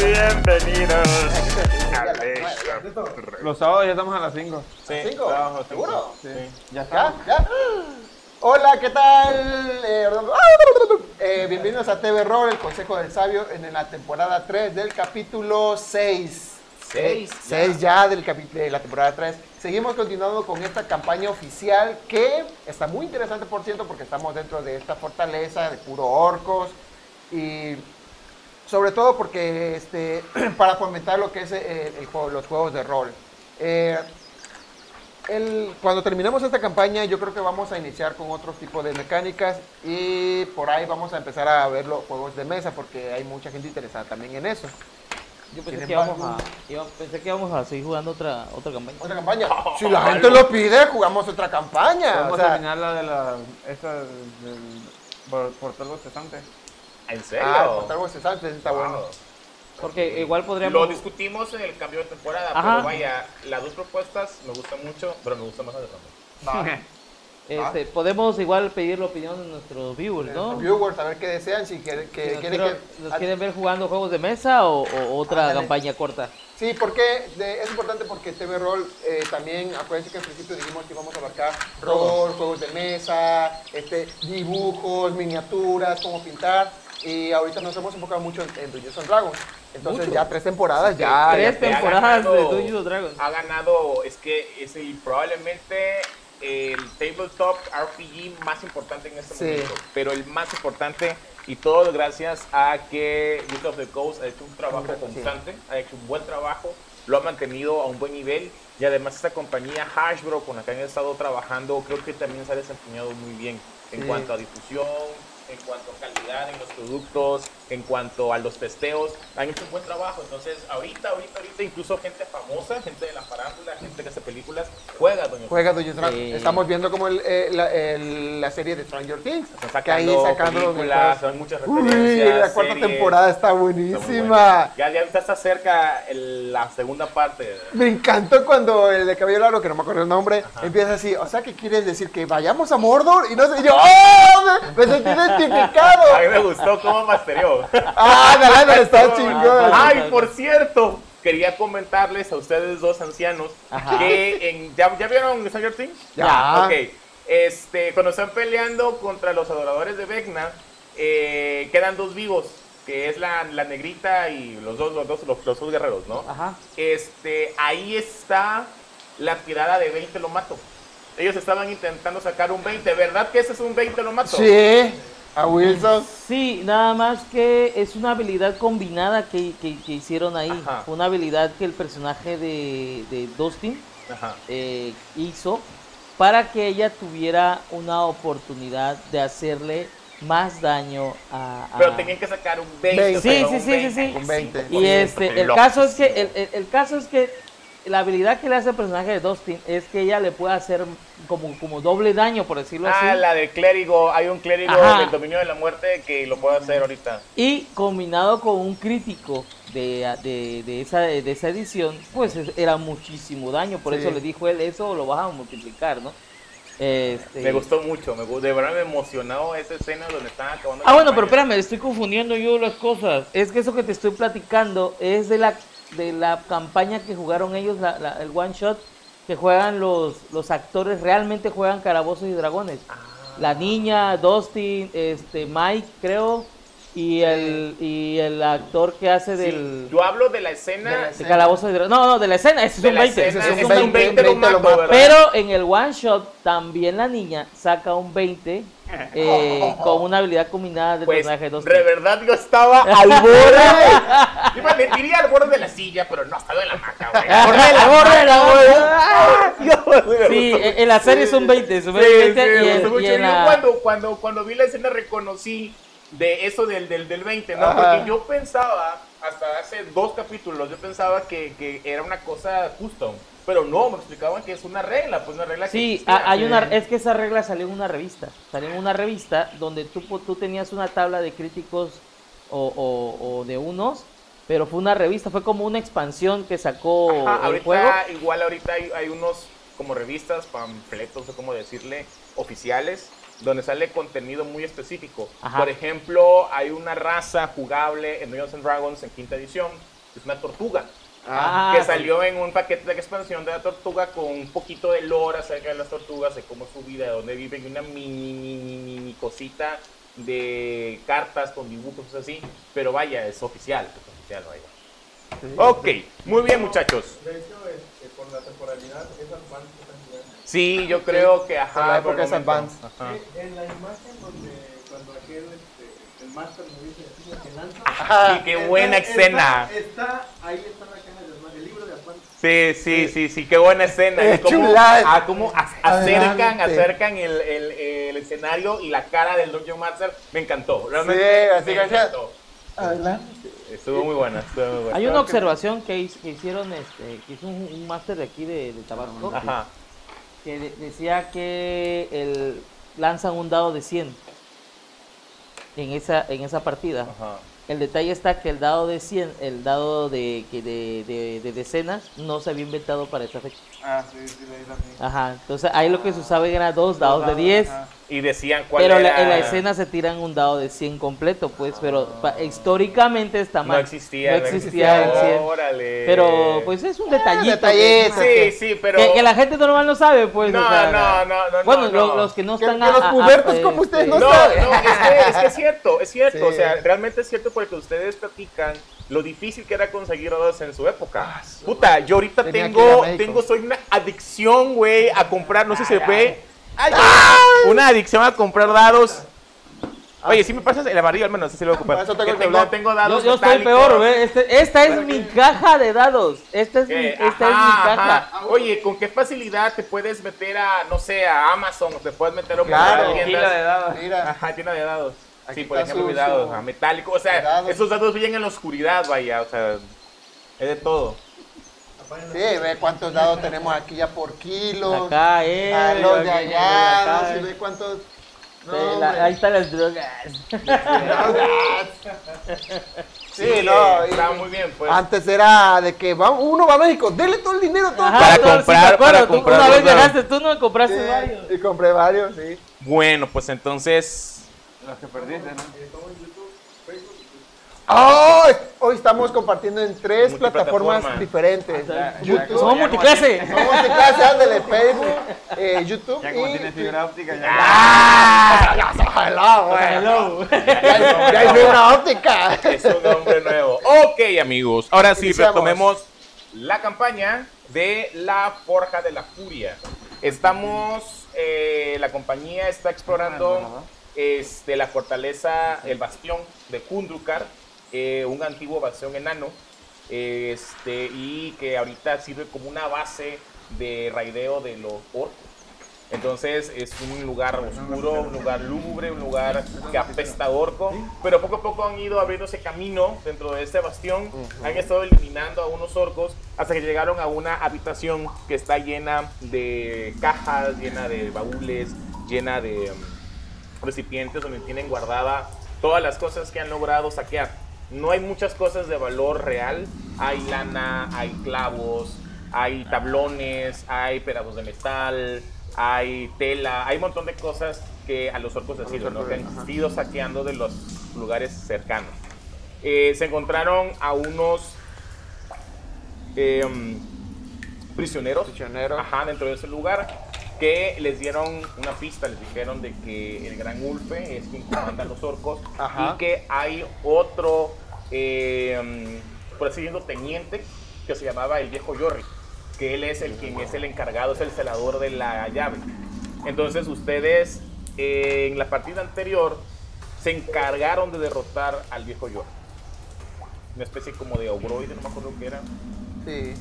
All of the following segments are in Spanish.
Bienvenidos al Extra. Los sábados ya estamos a las 5. Sí, ¿Cinco? trabajo, ¿Seguro? Sí. Ya ¿Ya? está. ¿Ya? Hola, ¿qué tal? Eh, eh, bienvenidos a TV Roll, el Consejo del Sabio, en la temporada 3 del capítulo 6. Seis, 6 ya del capi- de la temporada 3. Seguimos continuando con esta campaña oficial que está muy interesante, por cierto, porque estamos dentro de esta fortaleza de puro orcos y sobre todo porque este, para fomentar lo que es eh, el juego- los juegos de rol. Eh, el- cuando terminemos esta campaña, yo creo que vamos a iniciar con otro tipo de mecánicas y por ahí vamos a empezar a ver los juegos de mesa porque hay mucha gente interesada también en eso. Yo pensé Sin que, íbamos embargo- a, iba- pensé que íbamos a seguir jugando otra, otra campaña. Otra campaña. Si la gente lo pide, jugamos otra campaña. Vamos O a sea, terminar la de la. Esta del. por- Portal bostezante. ¿En ah, serio? contar algo interesante, está bueno. Porque igual Lo podríamos. discutimos en el cambio de temporada, Ajá. pero vaya, las dos propuestas me gustan mucho, pero me gusta más la de Ramón. Este, Podemos igual pedir la opinión de nuestros viewers, ¿Ah? Los ¿no? Viewers, a ver qué desean, si quiere- Si que- nos, quieren quiero- que- nos ah, quieren ver jugando juegos de mesa o, o otra Ándale. campaña corta. Sí, porque de- es importante porque TV Roll eh, también, acuérdense que al principio dijimos que íbamos a abarcar rol, juegos de mesa, este, dibujos, miniaturas, cómo pintar. Y ahorita nos hemos enfocado mucho en, en Dungeons and Dragons. Entonces Mucho. ya tres temporadas, Ah, ya. Ah. Tres ya- Te ha temporadas de ganado- Dungeons and Dragons. Ha ganado, es que es el, probablemente el tabletop RPG más importante en este Sí. momento, pero el más importante y todo gracias a que Youth of the Coast ha hecho un trabajo Sí. constante, ha hecho un buen trabajo, lo ha mantenido a un buen nivel y además esta compañía Hashbro con la que han estado trabajando creo que también se ha desempeñado muy bien en Sí. cuanto a difusión, en cuanto a calidad en los productos, en cuanto a los testeos, han hecho un buen trabajo. Entonces, ahorita, ahorita, ahorita, incluso gente famosa, gente de la farándula, gente que hace películas, juega, doña Juega Dungeons and Dragons. Sí. Estamos viendo como el, eh, la, el- la serie de Stranger Things. Están que ahí sacando sacando los películas, mejores- son muchas Uy, referencias. la cuarta series, temporada está está muy buenísima. buena. Ya, ya ahorita está cerca el- la segunda parte. Me encantó cuando el de cabello largo, que no me acuerdo el nombre, empieza así, o sea, ¿qué quieres decir? ¿Que vayamos a Mordor? Y no sé, y yo, ¡oh! Me, me sentí identificado. A mí me gustó cómo mastereó. ¡Ah, Galán, está chingón! Ah, Ay, por cierto, quería comentarles a ustedes dos ancianos Ajá. que en, ¿ya, ya vieron Stranger Things? Ya. Ok. Este, cuando están peleando contra los adoradores de Vecna, eh, quedan dos vivos, que es la, la negrita y los dos, los dos, los, los dos guerreros, ¿no? Ah. Ajá. Este, ahí está la tirada de 20 lo mato. Ellos estaban intentando sacar un 20, ¿verdad que ese es un 20 lo mato? Sí, a Wilson. Sí, nada más que es una habilidad combinada que, que- que hicieron ahí. Ajá. Fue Una habilidad que el personaje de, de Dustin Ajá. eh, hizo para que ella tuviera una oportunidad de hacerle más daño a... a- Pero tenían que sacar un 20. Veinte. Ah. Sí, pero sí, un sí, sí, sí. Un 20. Y este, el caso es que el, el- el caso es que la habilidad que le hace el personaje de Dustin es que ella le puede hacer como, como doble daño, por decirlo Ah, así. la del clérigo. Hay un clérigo pues, Ajá. del dominio de la muerte que lo puedo hacer ahorita. Y combinado con un crítico de, de- de esa, de esa edición, pues es- era muchísimo daño. Por Sí. eso le dijo él, eso lo vas a multiplicar, ¿no? Este- Me gustó mucho. Me, gu- de verdad me emocionó esa escena donde están acabando. Ah, la bueno, pero campaña. espérame, estoy confundiendo yo las cosas. Es que eso que te estoy platicando es de la, de la campaña que jugaron ellos, la- la- el one shot que juegan los, los actores, realmente juegan Carabozos y Dragones. Ah. La niña, Dustin, este, Mike, creo, y el, y el actor que hace Sí, del Yo hablo de la escena. De la de escena. Calabozos y Dragones. No, no, de la escena, ese es de un la 20. escena, ese es un es 20, 20 lo 20 lo mato, mato. ¿verdad? pero en el one shot también la niña saca un 20 eh, con una habilidad combinada del Pues, personaje de Dustin. de verdad yo estaba al borde. Yo me diría al borde de la silla, pero no, estaba en la maca, güey. Al borde de la- ah, Ah, Sí, en en la serie son 20, son Sí, 20 sí, y, me en- gustó y mucho. en Y yo la- cuando, cuando, cuando vi la escena reconocí de eso del, del, del 20, ¿no? Ajá. Porque yo pensaba, hasta hace dos capítulos, yo pensaba que, que era una cosa custom. Pero no, me explicaban que es una regla, pues una regla que Sí, existía. ha- hay una, es que esa regla salió en una revista, salió en una revista donde tú, po- tú tenías una tabla de críticos o, o- o de unos, pero fue una revista, fue como una expansión que sacó Ajá, el ahorita, juego. igual ahorita hay, hay unos como revistas, panfletos, o cómo decirle, oficiales, donde sale contenido muy específico. Ajá. Por ejemplo, hay una raza jugable en Dungeons and Dragons en quinta edición, que es una tortuga, Ah, que sí. salió en un paquete de expansión de la tortuga con un poquito de lore acerca de las tortugas, de cómo es su vida, de dónde viven, y una mini, mini, mini cosita de cartas con dibujos cosas así, pero vaya, es oficial, es oficial, vaya. Ok, muy bien muchachos. De hecho, este, por la temporalidad, esas bandas que están llegando. Sí, yo creo que ajá. Por la época por el es momento. Advance. Ajá. Eh, En la imagen donde cuando aquel este, el master me dice así lo que lanza. Sí, qué está- buena está- Ah. escena. Está, ahí está la caja de Advance, el libro de Advance. Sí, sí, sí, sí, qué buena escena. Eh, Y cómo- chulada. ah, cómo ac- acercan, Adelante. acercan el, el- el escenario y la cara del Dungeon Master. Me encantó, realmente. Sí, así me que- encantó. Adelante. Estuvo muy buena, estuvo muy buena. Hay una observación que, hiz- que hicieron, este, que hizo un, un máster de aquí de, de Tabasco, Ajá. que de- decía que el, lanzan un dado de 100 en esa, en esa partida. Ajá. El detalle está que el dado de 100, el dado de, que de, de- de decenas, no se había inventado para esta fecha. Ah, sí, sí, leí también. Ajá, entonces ahí lo que se usaba era dos dados de 10, Ajá. Y decían cuál pero la- era. en la escena se tiran un dado de 100 completo, pues, pero pa- históricamente está no mal. existía. Oh, No existía el 100. Órale. Pero pues es un detallito. detallito. que- que- Sí, sí, pero. Que, que la gente normal no sabe, pues. No, o sea, no, no, no, Bueno, no, lo- no. los que no Que- están que los pubertos como ustedes no No, sabe. no, es que, es que es cierto, es cierto. Sí. O sea, realmente es cierto porque ustedes platican lo difícil que era conseguir dados en su época. Puta, yo ahorita Ah, Tenía que ir a tengo, México. tengo, soy una adicción, güey, a comprar, no sé si se ve. Ay, Ah. Una adicción a comprar dados. Oye, si me pasas el amarillo al menos, no sé si lo voy a ocupar. Para eso tengo Que el tengo, celular. tengo Yo, dados yo estoy metálicos. peor, ve, este- esta es mi caja de dados. Esta es mi, Eh, esta es mi ajá, caja. ajá. Oye, ¿con qué facilidad te puedes meter a, no sé, a Amazon? o Te puedes meter a un Claro. montón de Kilo tiendas? de dados. Mira, Ajá, tiene de dados. Aquí sí, por está ejemplo, su- mi dados, su- ajá, metálico. O sea, dados. esos dados brillan en la oscuridad, vaya, o sea, es de todo. sí, ve cuántos dados tenemos aquí ya por kilo. Acá, eh. A los de acá, allá, acá, no, si eh. ve cuántos. No, Sí, la- hombre. ahí están las drogas. Sí, no, y- está muy bien, pues. Antes era de que va, uno va a México, dele todo el dinero, todo. Ajá, Para todo, sí, me comprar, acuerdo, para tú comprar Una los vez dados. dejaste, tú no compraste varios. Sí, y compré varios, sí. Bueno, pues entonces. Los que perdiste, ¿no? Eh, Oh, hoy estamos compartiendo en tres Multiplataforma. plataformas diferentes. Ah, YouTube, Somos Ya como multiclase. somos de clase, ándale, Facebook, eh, YouTube Ya como tienes y... fibra óptica, ya. ¡Ah! Ojalá, güey. Ya ya hay una óptica. Es un nombre nuevo. Ok, amigos. Ahora sí, Iniciamos. retomemos la campaña de la Forja de la Furia. Estamos, eh, la compañía está explorando este, la fortaleza, el bastión de Kundrukar, eh, un antiguo bastión enano, este, y que ahorita sirve como una base de raideo de los orcos. Entonces es un lugar oscuro, un lugar lúgubre, un lugar que apesta a orco. Pero poco a poco han ido abriéndose camino dentro de este bastión. Han estado eliminando a unos orcos hasta que llegaron a una habitación que está llena de cajas, llena de baúles, llena de mm, recipientes donde tienen guardada todas las cosas que han logrado saquear. No hay muchas cosas de valor real. Hay lana, hay clavos, hay tablones, hay pedazos de metal, hay tela, hay un montón de cosas que a los orcos les sirven, ¿no? que han ido saqueando de los lugares cercanos. Eh, se encontraron a unos em, prisioneros, Prisioneros. Ajá, dentro de ese lugar que les dieron una pista, les dijeron de que el gran Ulfe es quien comanda los orcos Ajá. y que hay otro, em, por así decirlo, teniente que se llamaba el viejo Yorri, que él es el quien es el encargado, es el celador de la llave. Entonces ustedes eh, en la partida anterior se encargaron de derrotar al viejo Yorri. Una especie como de obroide, no me acuerdo qué era. Sí,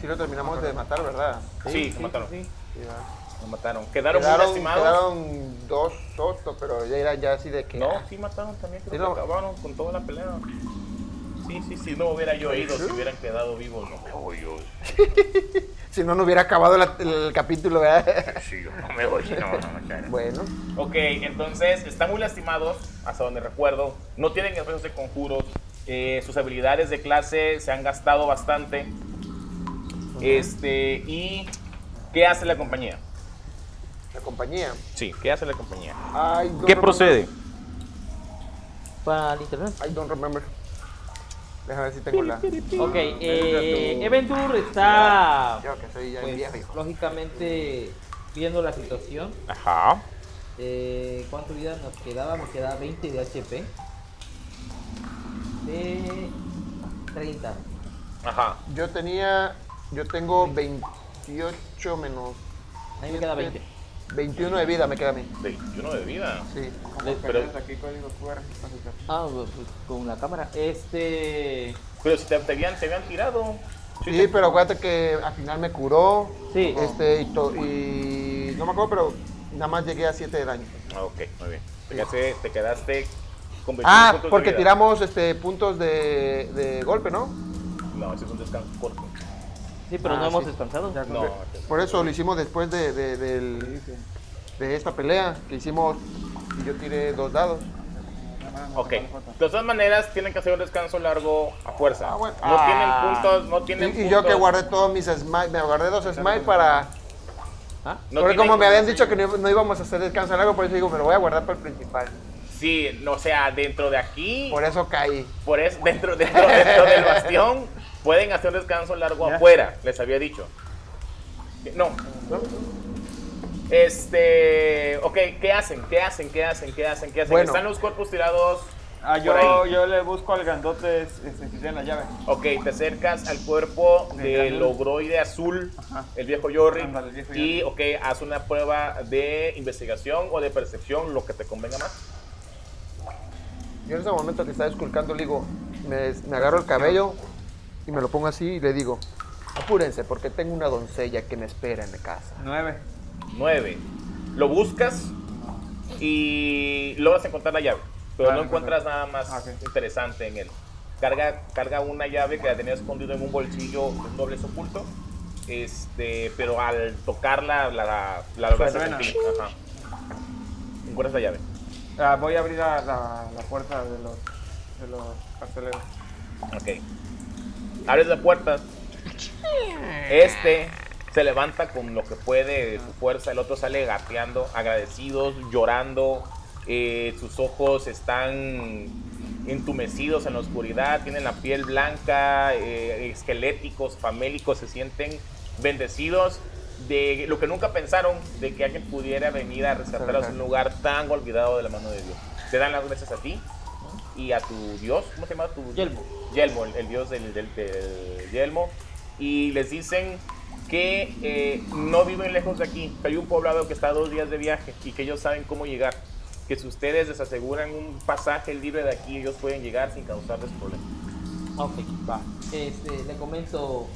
sí lo terminamos de matar, ¿verdad? Sí, lo mataron. Sí, va. Lo mataron. Quedaron, muy Quedaron, lastimados. quedaron dos sotos, pero ya era ya así de que... No, ah, sí mataron también, creo Sí, que no. acabaron con toda la pelea. Sí, sí, sí, no hubiera yo ido si hubieran quedado vivos, no. Si no, no hubiera acabado la- el capítulo, ¿verdad? Sí, yo no me voy, no, no, no. Bueno, Ok, entonces están muy lastimados, hasta donde recuerdo. No tienen efectos de conjuros. eh, sus habilidades de clase se han gastado bastante. Este, ¿y qué hace la compañía? la compañía. Sí, ¿qué hace la compañía? I don't ¿Qué remember- procede? para el internet. I don't remember. Déjame ver si tengo la. Ok, eh, tu- Eventure está Yo que soy ya pues, viejo, hijo. lógicamente viendo la situación. Ajá. Eh, ¿Cuánto vida nos quedaba? Nos quedaba 20 de HP. De 30. Ajá. Yo tenía. Yo tengo 28 menos. A mí me queda 20. 21 de vida me queda a mí. 21 de vida. Sí. ¿Cómo pero- escaneas aquí código QR? Fácil, fácil. Ah, pues, pues, con la cámara. Este. Pero si te, te habían, te habían tirado. Sí, Sí, te- pero acuérdate que al final me curó. Sí. Este, y, to- y no me acuerdo, pero nada más llegué a 7 de daño. Ah, Ok, muy bien. Te quedaste, te quedaste con 21 Ah, Pues, puntos de porque vida. tiramos este, puntos de, de golpe, ¿no? No, ese es un descanso corto. Sí, pero Ah, no hemos sí. descansado. No, Por eso lo hicimos después de, de- del- de esta pelea que hicimos. Y yo tiré dos dados. ok. De todas maneras, tienen que hacer un descanso largo a fuerza. Ah, bueno. No Ah. tienen puntos, no Y, tienen y puntos. yo que guardé todos mis smites, me guardé dos smites para. ¿Ah? No porque tienen como me habían puntos. dicho que no, no íbamos a hacer descanso largo, por eso digo, me lo voy a guardar para el principal. Sí, no, o sea, dentro de aquí, Por eso caí. por eso, dentro, dentro, dentro del bastión, pueden hacer un descanso largo afuera, les había dicho. No. Este, ok, ¿qué hacen? ¿Qué hacen? ¿Qué hacen? ¿Qué hacen? ¿Qué hacen? Bueno. Están los cuerpos tirados Ah, por yo, ahí. yo le busco al grandote este, que tiene la llave. Ok, te acercas al cuerpo Del del granul. ogroide azul, Ajá. el viejo Yorri, Ándale, el viejo y ok, haz una prueba de investigación o de percepción, lo que te convenga más. Yo en ese momento que estaba esculcando, le digo, me, me agarro el cabello y me lo pongo así y le digo, apúrense porque tengo una doncella que me espera en la casa. 9. 9. Lo buscas y logras encontrar la llave, pero Ah, no me encontré. encuentras nada más Ah, ok. interesante en él. Carga, carga una llave que la tenía escondida en un bolsillo, un doblez oculto, este, pero al tocarla la, la, la logras Suena. sentir. Ajá. Encuentras la llave. Ah, voy a abrir la, la, la puerta de los, de los carceleros. Ok. Abres la puerta. Este se levanta con lo que puede de su fuerza. El otro sale gateando, agradecidos, llorando. Eh, sus ojos están entumecidos en la oscuridad. Tienen la piel blanca, eh, esqueléticos, famélicos. Se sienten bendecidos de lo que nunca pensaron de que alguien pudiera venir a rescatarlos a un lugar tan olvidado de la mano de Dios. Te dan las gracias a ti y a tu dios, ¿cómo se llama tu Yelmo. Yelmo, el, el dios del, del- del Yelmo. Y les dicen que eh, no viven lejos de aquí, que hay un poblado que está a dos días de viaje y que ellos saben cómo llegar. Que si ustedes les aseguran un pasaje libre de aquí, ellos pueden llegar sin causarles problemas. Ok, va. Este, le comento.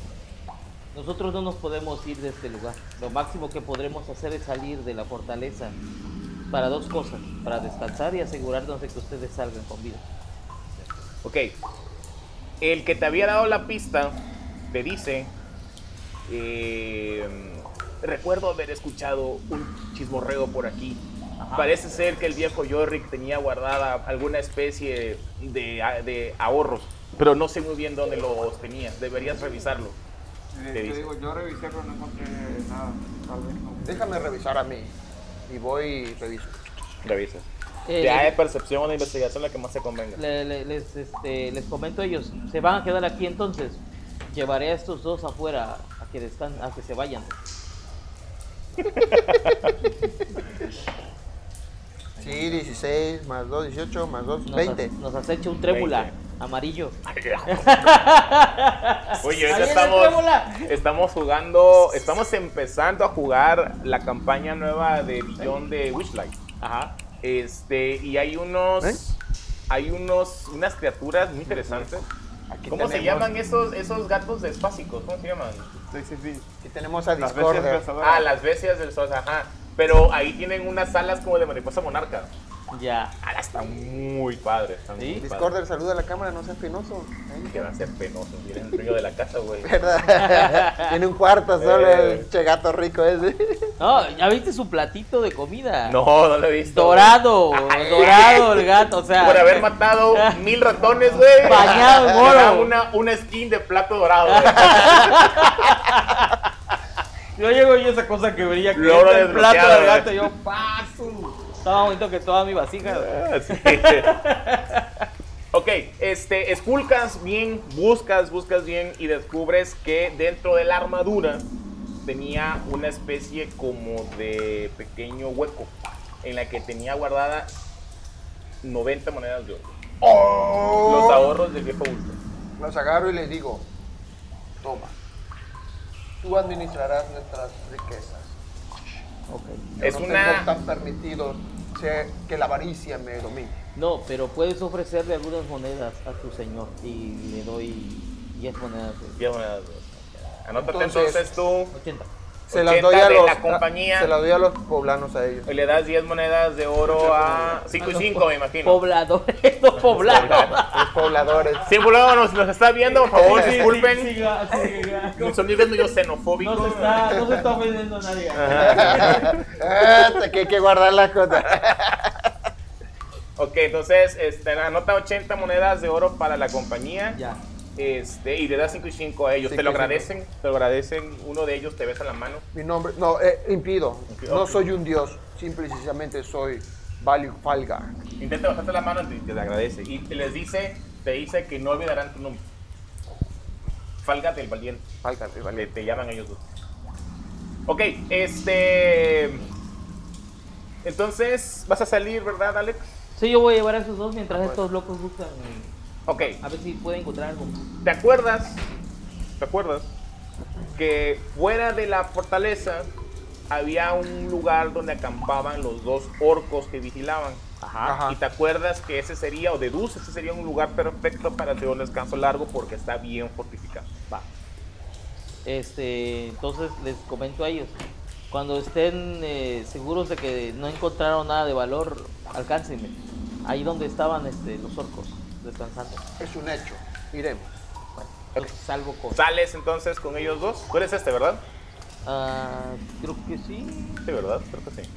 Nosotros no nos podemos ir de este lugar. Lo máximo que podremos hacer es salir de la fortaleza para dos cosas: para descansar y asegurarnos de que ustedes salgan con vida. Ok. El que te había dado la pista te dice. eh, recuerdo haber escuchado un chismorreo por aquí. Parece ser que el viejo Yorick tenía guardada alguna especie de, a- de ahorros, pero no sé muy bien dónde los tenía. Deberías revisarlo. Eh, ¿Qué Yo dice? digo, yo revisé, pero no encontré nada. Tal vez no. Déjame revisar a mí. Y voy y reviso. Revisa. Eh, ya le- es percepción o de investigación la que más te convenga. le- le- les, este, les comento a ellos: se van a quedar aquí entonces. Llevaré a estos dos afuera a que, descan- a que se vayan. Sí, 16, más 2, 18, más 2, Nos, 20. Has, nos has hecho un trémula 20. amarillo. Oye, Ahí ahorita en la trébola. estamos, estamos jugando, estamos empezando a jugar la campaña nueva de Billón de Witchlight. Ajá. Este, y hay unos, ¿Eh? hay unos, unas criaturas muy interesantes. Aquí ¿Cómo se tenemos- llaman esos, esos gatos despásicos? ¿Cómo se llaman? Sí, sí, sí. Aquí tenemos a Las veces Discorder. cazadoras. Ah, las bestias del sol, ajá. Pero ahí tienen unas alas como de mariposa monarca. Ya. Ah, están muy padres. Están ¿Sí? muy padres. Discorder, saluda a la cámara, no seas penoso. Ahí. Que van a ser penosos. Vienen el dueño de la casa, güey. ¿Verdad? Tiene un cuarto solo Eh. el che gato rico ese. No, ya viste su platito de comida. No, no lo he visto. güey. Dorado, dorado el gato, o sea. Por haber matado mil ratones, güey. Bañado en Le da oro. Una, una skin de plato dorado, güey. Yo llego y esa cosa que brilla, que Lo entra habrá el plato desbloqueado, del gato, eh. yo paso. Estaba bonito que toda mi vasija. Ah, sí. Ah, ok, este, esculcas bien, buscas, buscas bien y descubres que dentro de la armadura tenía una especie como de pequeño hueco en la que tenía guardada 90 monedas de oro. Oh. Los ahorros del viejo bulto. Los agarro y les digo, toma, tú administrarás nuestras riquezas. Yo Es no una- tengo tan permitido ser- que la avaricia me domine. No, pero puedes ofrecerle algunas monedas a tu señor y le doy 10 monedas. de- 10 monedas de oro. Anótate entonces, Entonces- tú 80. Se las 80 doy a de los, la compañía. se las doy a los poblanos a ellos. y le das 10 monedas de oro a 5 y 5, me imagino. Pobladores, no poblados. Los pobladores. Sí, Bulón, nos, nos está viendo, por favor, Sí, sí, Oh, disculpen. Sí, siga, siga. Mi sonido es medio xenofóbico. No se está, no se está ofendiendo a nadie. Ah, que hay que guardar las cosas. Ok, entonces este, anota 80 monedas de oro para la compañía. Ya. Este, y le das 5 y 5 a ellos. Cinco te lo y cinco. agradecen, te lo agradecen. Uno de ellos te besa la mano. Mi nombre, no, eh, impido. Impido. No soy un dios, simple y sencillamente soy Value Falga. Intenta bajarte la mano y te, te agradece. Y te les dice, te dice que no olvidarán tu nombre. Falga del valiente. Falga, soy Le- valiente. te llaman ellos dos. Ok, este. Entonces, vas a salir, ¿verdad, Alex? Sí, yo voy a llevar a esos dos mientras estos locos buscan. Ok, A ver si pueden encontrar algo. ¿Te acuerdas? ¿Te acuerdas? Que fuera de la fortaleza había un lugar donde acampaban los dos orcos que vigilaban. Ajá. Y te acuerdas que ese sería, o deduces, ese sería un lugar perfecto para hacer un descanso largo porque está bien fortificado. Va. Este, entonces les comento a ellos. Cuando estén eh, seguros de que no encontraron nada de valor, alcáncenme. Ahí donde estaban este, los orcos, descansando. Es un hecho. Iremos. Bueno, entonces salgo con. Sales entonces con ellos dos. Tú eres este, ¿verdad? Ah, creo que sí. Sí, ¿verdad? Creo que sí.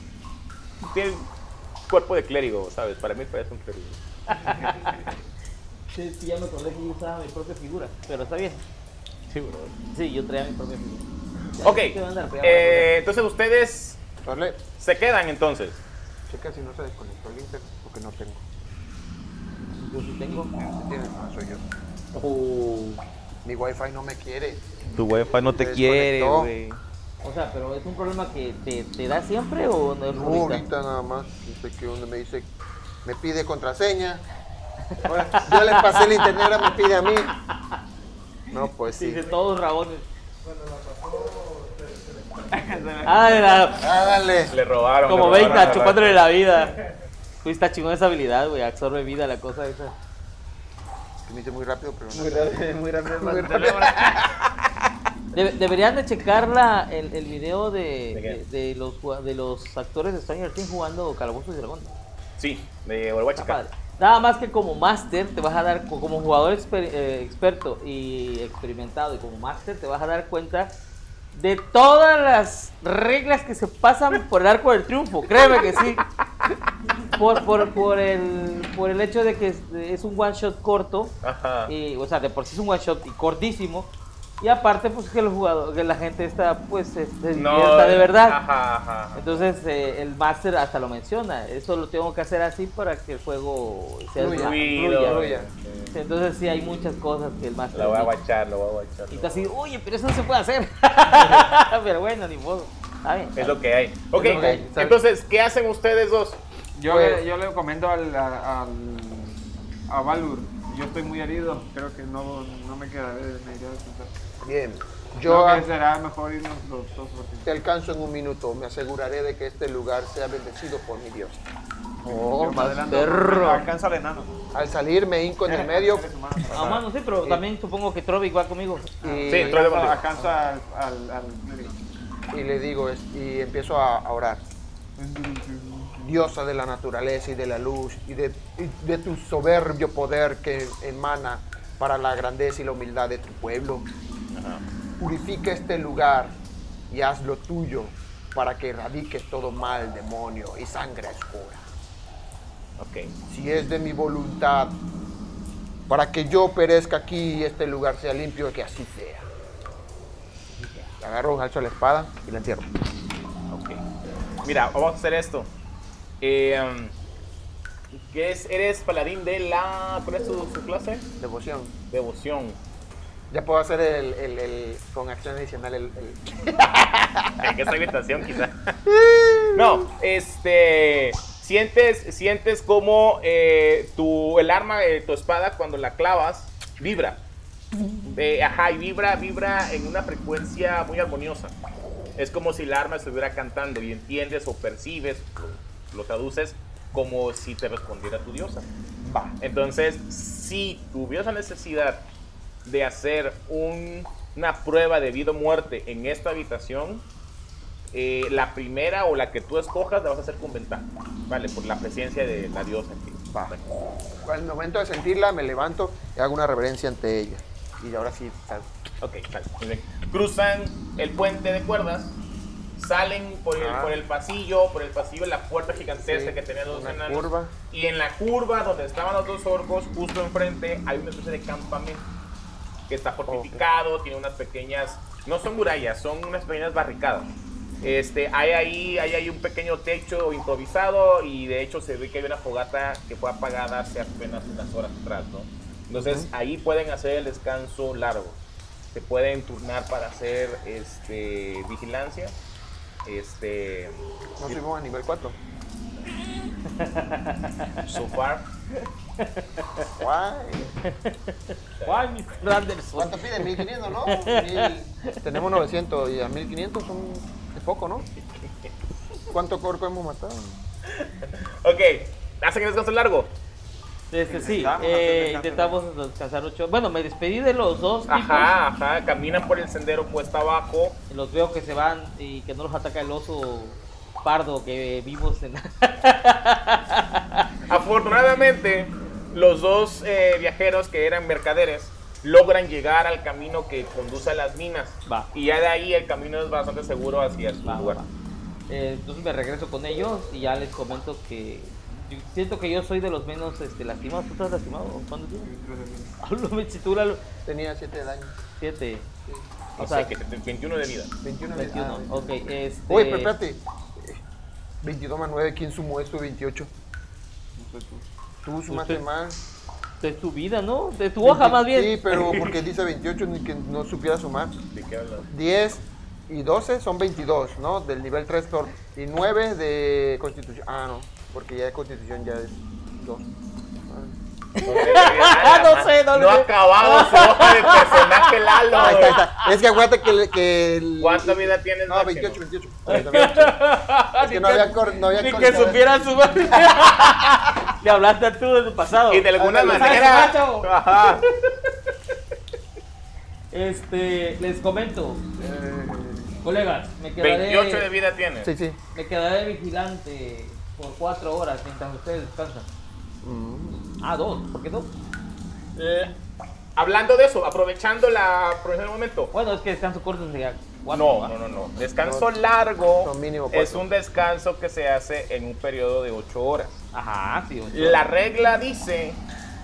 Tiene cuerpo de clérigo, ¿sabes? Para mí parece un clérigo. Sí, es que ya me acordé que yo usaba mi propia figura. Pero está bien. Sí, ¿verdad? Sí, yo traía mi propia figura. Ya, Ok. ¿qué te van a dar? Pero ya van a eh, entonces ustedes Dale, se quedan entonces. checa si no se desconectó el internet, porque no tengo. acordar. Yo sí tengo. Si tienes, no soy yo. Oh. Mi wifi no me quiere. Tu wifi no te Se quiere, desconectó. güey. O sea, pero es un problema que te, te da siempre o no es No, ahorita? ahorita nada más. Dice que uno me dice, me pide contraseña. Ahora, Yo le pasé el internet, ahora me pide a mí. No, pues sí. Dice todos rabones. Ah, era Háganle. Le robaron. como le robaron la Veita, racha. chupándole la vida. Uy, está chingón esa habilidad, güey. Absorbe vida la cosa esa. Que me dice muy rápido, pero no. Muy rápido, Muy man. rápido. Debe- deberían de checar la, el, el video de, ¿De qué? de- de los, jua- de los actores de Stranger Things jugando Calabozos y Dragones. Sí, de Uruguay Está padre. Nada más que como máster te vas a dar, co- como jugador exper- eh, experto y experimentado y como máster te vas a dar cuenta de todas las reglas que se pasan por el arco del triunfo. Créeme que sí. Por, por, por, el, por el hecho de que es, es un one shot corto, Ajá. y, o sea, de por sí es un one shot y cortísimo. Y aparte, pues que, los jugadores, que la gente está, pues, se se divierta de verdad. Ajá, ajá, ajá. Entonces eh, el máster hasta lo menciona, eso lo tengo que hacer así para que el juego sea Fluya, Fluido. fluya. Sí. Entonces sí hay muchas cosas que el máster Lo voy a dice. guachar, lo voy a guachar. lo Y tú voy a así, oye, pero eso no se puede hacer. pero bueno, ni modo. Está bien, está Es lo bien. que hay. Ok, lo que hay, ¿sabes? entonces, ¿qué hacen ustedes dos? Yo, Pues- le, yo le comento al, a- al- a Valur. Yo estoy muy herido. Creo que no, no me quedaré. Me iré a descansar. Bien. Yo Yo creo que será mejor irnos los dos. porque- te alcanzo en un minuto. Me aseguraré de que este lugar sea bendecido por mi Dios. Oh, yo me adelanto. perro. Alcanzo al enano. Al salir me hinco en el medio Seres humanos. A mano sí, pero también supongo que Trovic va conmigo. y, Eh, Sí, entra de Alcanzo, contigo. alcanzo al, al, al médico. y le digo, es- y empiezo a a orar. diosa de la naturaleza y de la luz y de, y de tu soberbio poder que emana para la grandeza y la humildad de tu pueblo. Purifica este lugar y hazlo tuyo para que erradiques todo mal, demonio y sangre oscura. Ok. Si es de mi voluntad, para que yo perezca aquí y este lugar sea limpio, que así sea. Agarro un alzo a la espada y la entierro. Ok. Mira, vamos a hacer esto. Eh, ¿qué es? Eres paladín de la. ¿Cuál es su, su clase? Devoción. Devoción. Ya puedo hacer el, el- el- con acción adicional el, el- En esa habitación, quizá. No, este. Sientes, sientes como eh, tu, el arma de tu espada, cuando la clavas, vibra. Eh, ajá, y vibra, vibra en una frecuencia muy armoniosa. Es como si el arma estuviera cantando y entiendes o percibes, lo, lo traduces como si te respondiera tu diosa. Va. Entonces, si tuvieras la necesidad de hacer un- una prueba de vida o muerte en esta habitación, eh, la primera o la que tú escojas la vas a hacer con ventaja, ¿vale? Por la presencia de la diosa. que- Va. Al momento de sentirla, me levanto y hago una reverencia ante ella. Y ahora sí, sal- Ok, sale, muy bien. Cruzan el puente de cuerdas, salen por el, Ah. por el pasillo, por el pasillo, la puerta gigantesca Sí, que tenían los una enanos. curva. Y en la curva donde estaban los dos orcos, justo enfrente, hay una especie de campamento que está fortificado, tiene unas pequeñas, no son murallas, son unas pequeñas barricadas. Este, hay ahí, hay ahí un pequeño techo improvisado y de hecho se ve que hay una fogata que fue apagada hace apenas unas horas atrás, ¿no? Entonces ahí pueden hacer el descanso largo. Se pueden turnar para hacer este vigilancia. Este no subimos a nivel 4. so far. ¿Cuánto pide? 1500, ¿no? Mil- Tenemos 900 y a 1500 son es poco, ¿no? ¿Cuánto corco hemos matado? Ok, hacen el descanso largo. Este, sí, eh, Intentamos hacer descanso. intentamos descansar ocho. Bueno, me despedí de los dos tipos. Ajá, ajá, caminan por el sendero cuesta abajo. Los veo que se van y que no los ataca el oso pardo que vimos en. Afortunadamente, los dos eh, viajeros que eran mercaderes logran llegar al camino que conduce a las minas. Va. Y ya de ahí el camino es bastante seguro hacia su Va, lugar. va. Eh, entonces me regreso con ellos y ya les comento que yo siento que yo soy de los menos este, lastimados. ¿Tú estás lastimado? ¿Cuánto tienes? Hablo me chitula lo- Tenía 7 de daño. siete. No O sea, sé, que te- 21 de vida. 21 de 21. daño. Ok, este. Uy, pero espérate. 22 más 9, ¿quién sumó esto? 28. Tú sumaste Usted- más. De tu vida, ¿no? De tu hoja, más bien. Sí, pero porque dice 28 ni que no supiera sumar. ¿De qué hablas? 10 y 12 son 22, ¿no? Del nivel 3 por... Y 9 de constitución. Ah, no, porque ya de constitución ya es 2. No, sé, ah, No la sé, no ma- le- ha acabado su hoja de personaje Lalo. Ahí está, ahí está. Es que aguante que... le- que el- ¿Cuánta vida tienes? No, máximo? 28, 28. Ahí está, 28. Es que no había, cor, no había Ah, Ni que cortado. supiera su Le hablaste tú de tu pasado. Y de alguna Ándale, manera. ¿sabes, macho? Ah. Ajá. Este, les comento, colegas, me quedaré, 28 de vida tienes. Sí, sí. me quedaré vigilante por cuatro horas mientras ustedes descansan. Mm. Ah, dos, ¿por qué dos? Eh, hablando de eso, aprovechando la aprovechando el momento. Bueno, es que descanso corto sería cuatro. No, ¿va? no, no, no. Descanso largo son mínimo cuatro. es un descanso que se hace en un periodo de 8 horas. Ajá, sí, ocho. La regla dice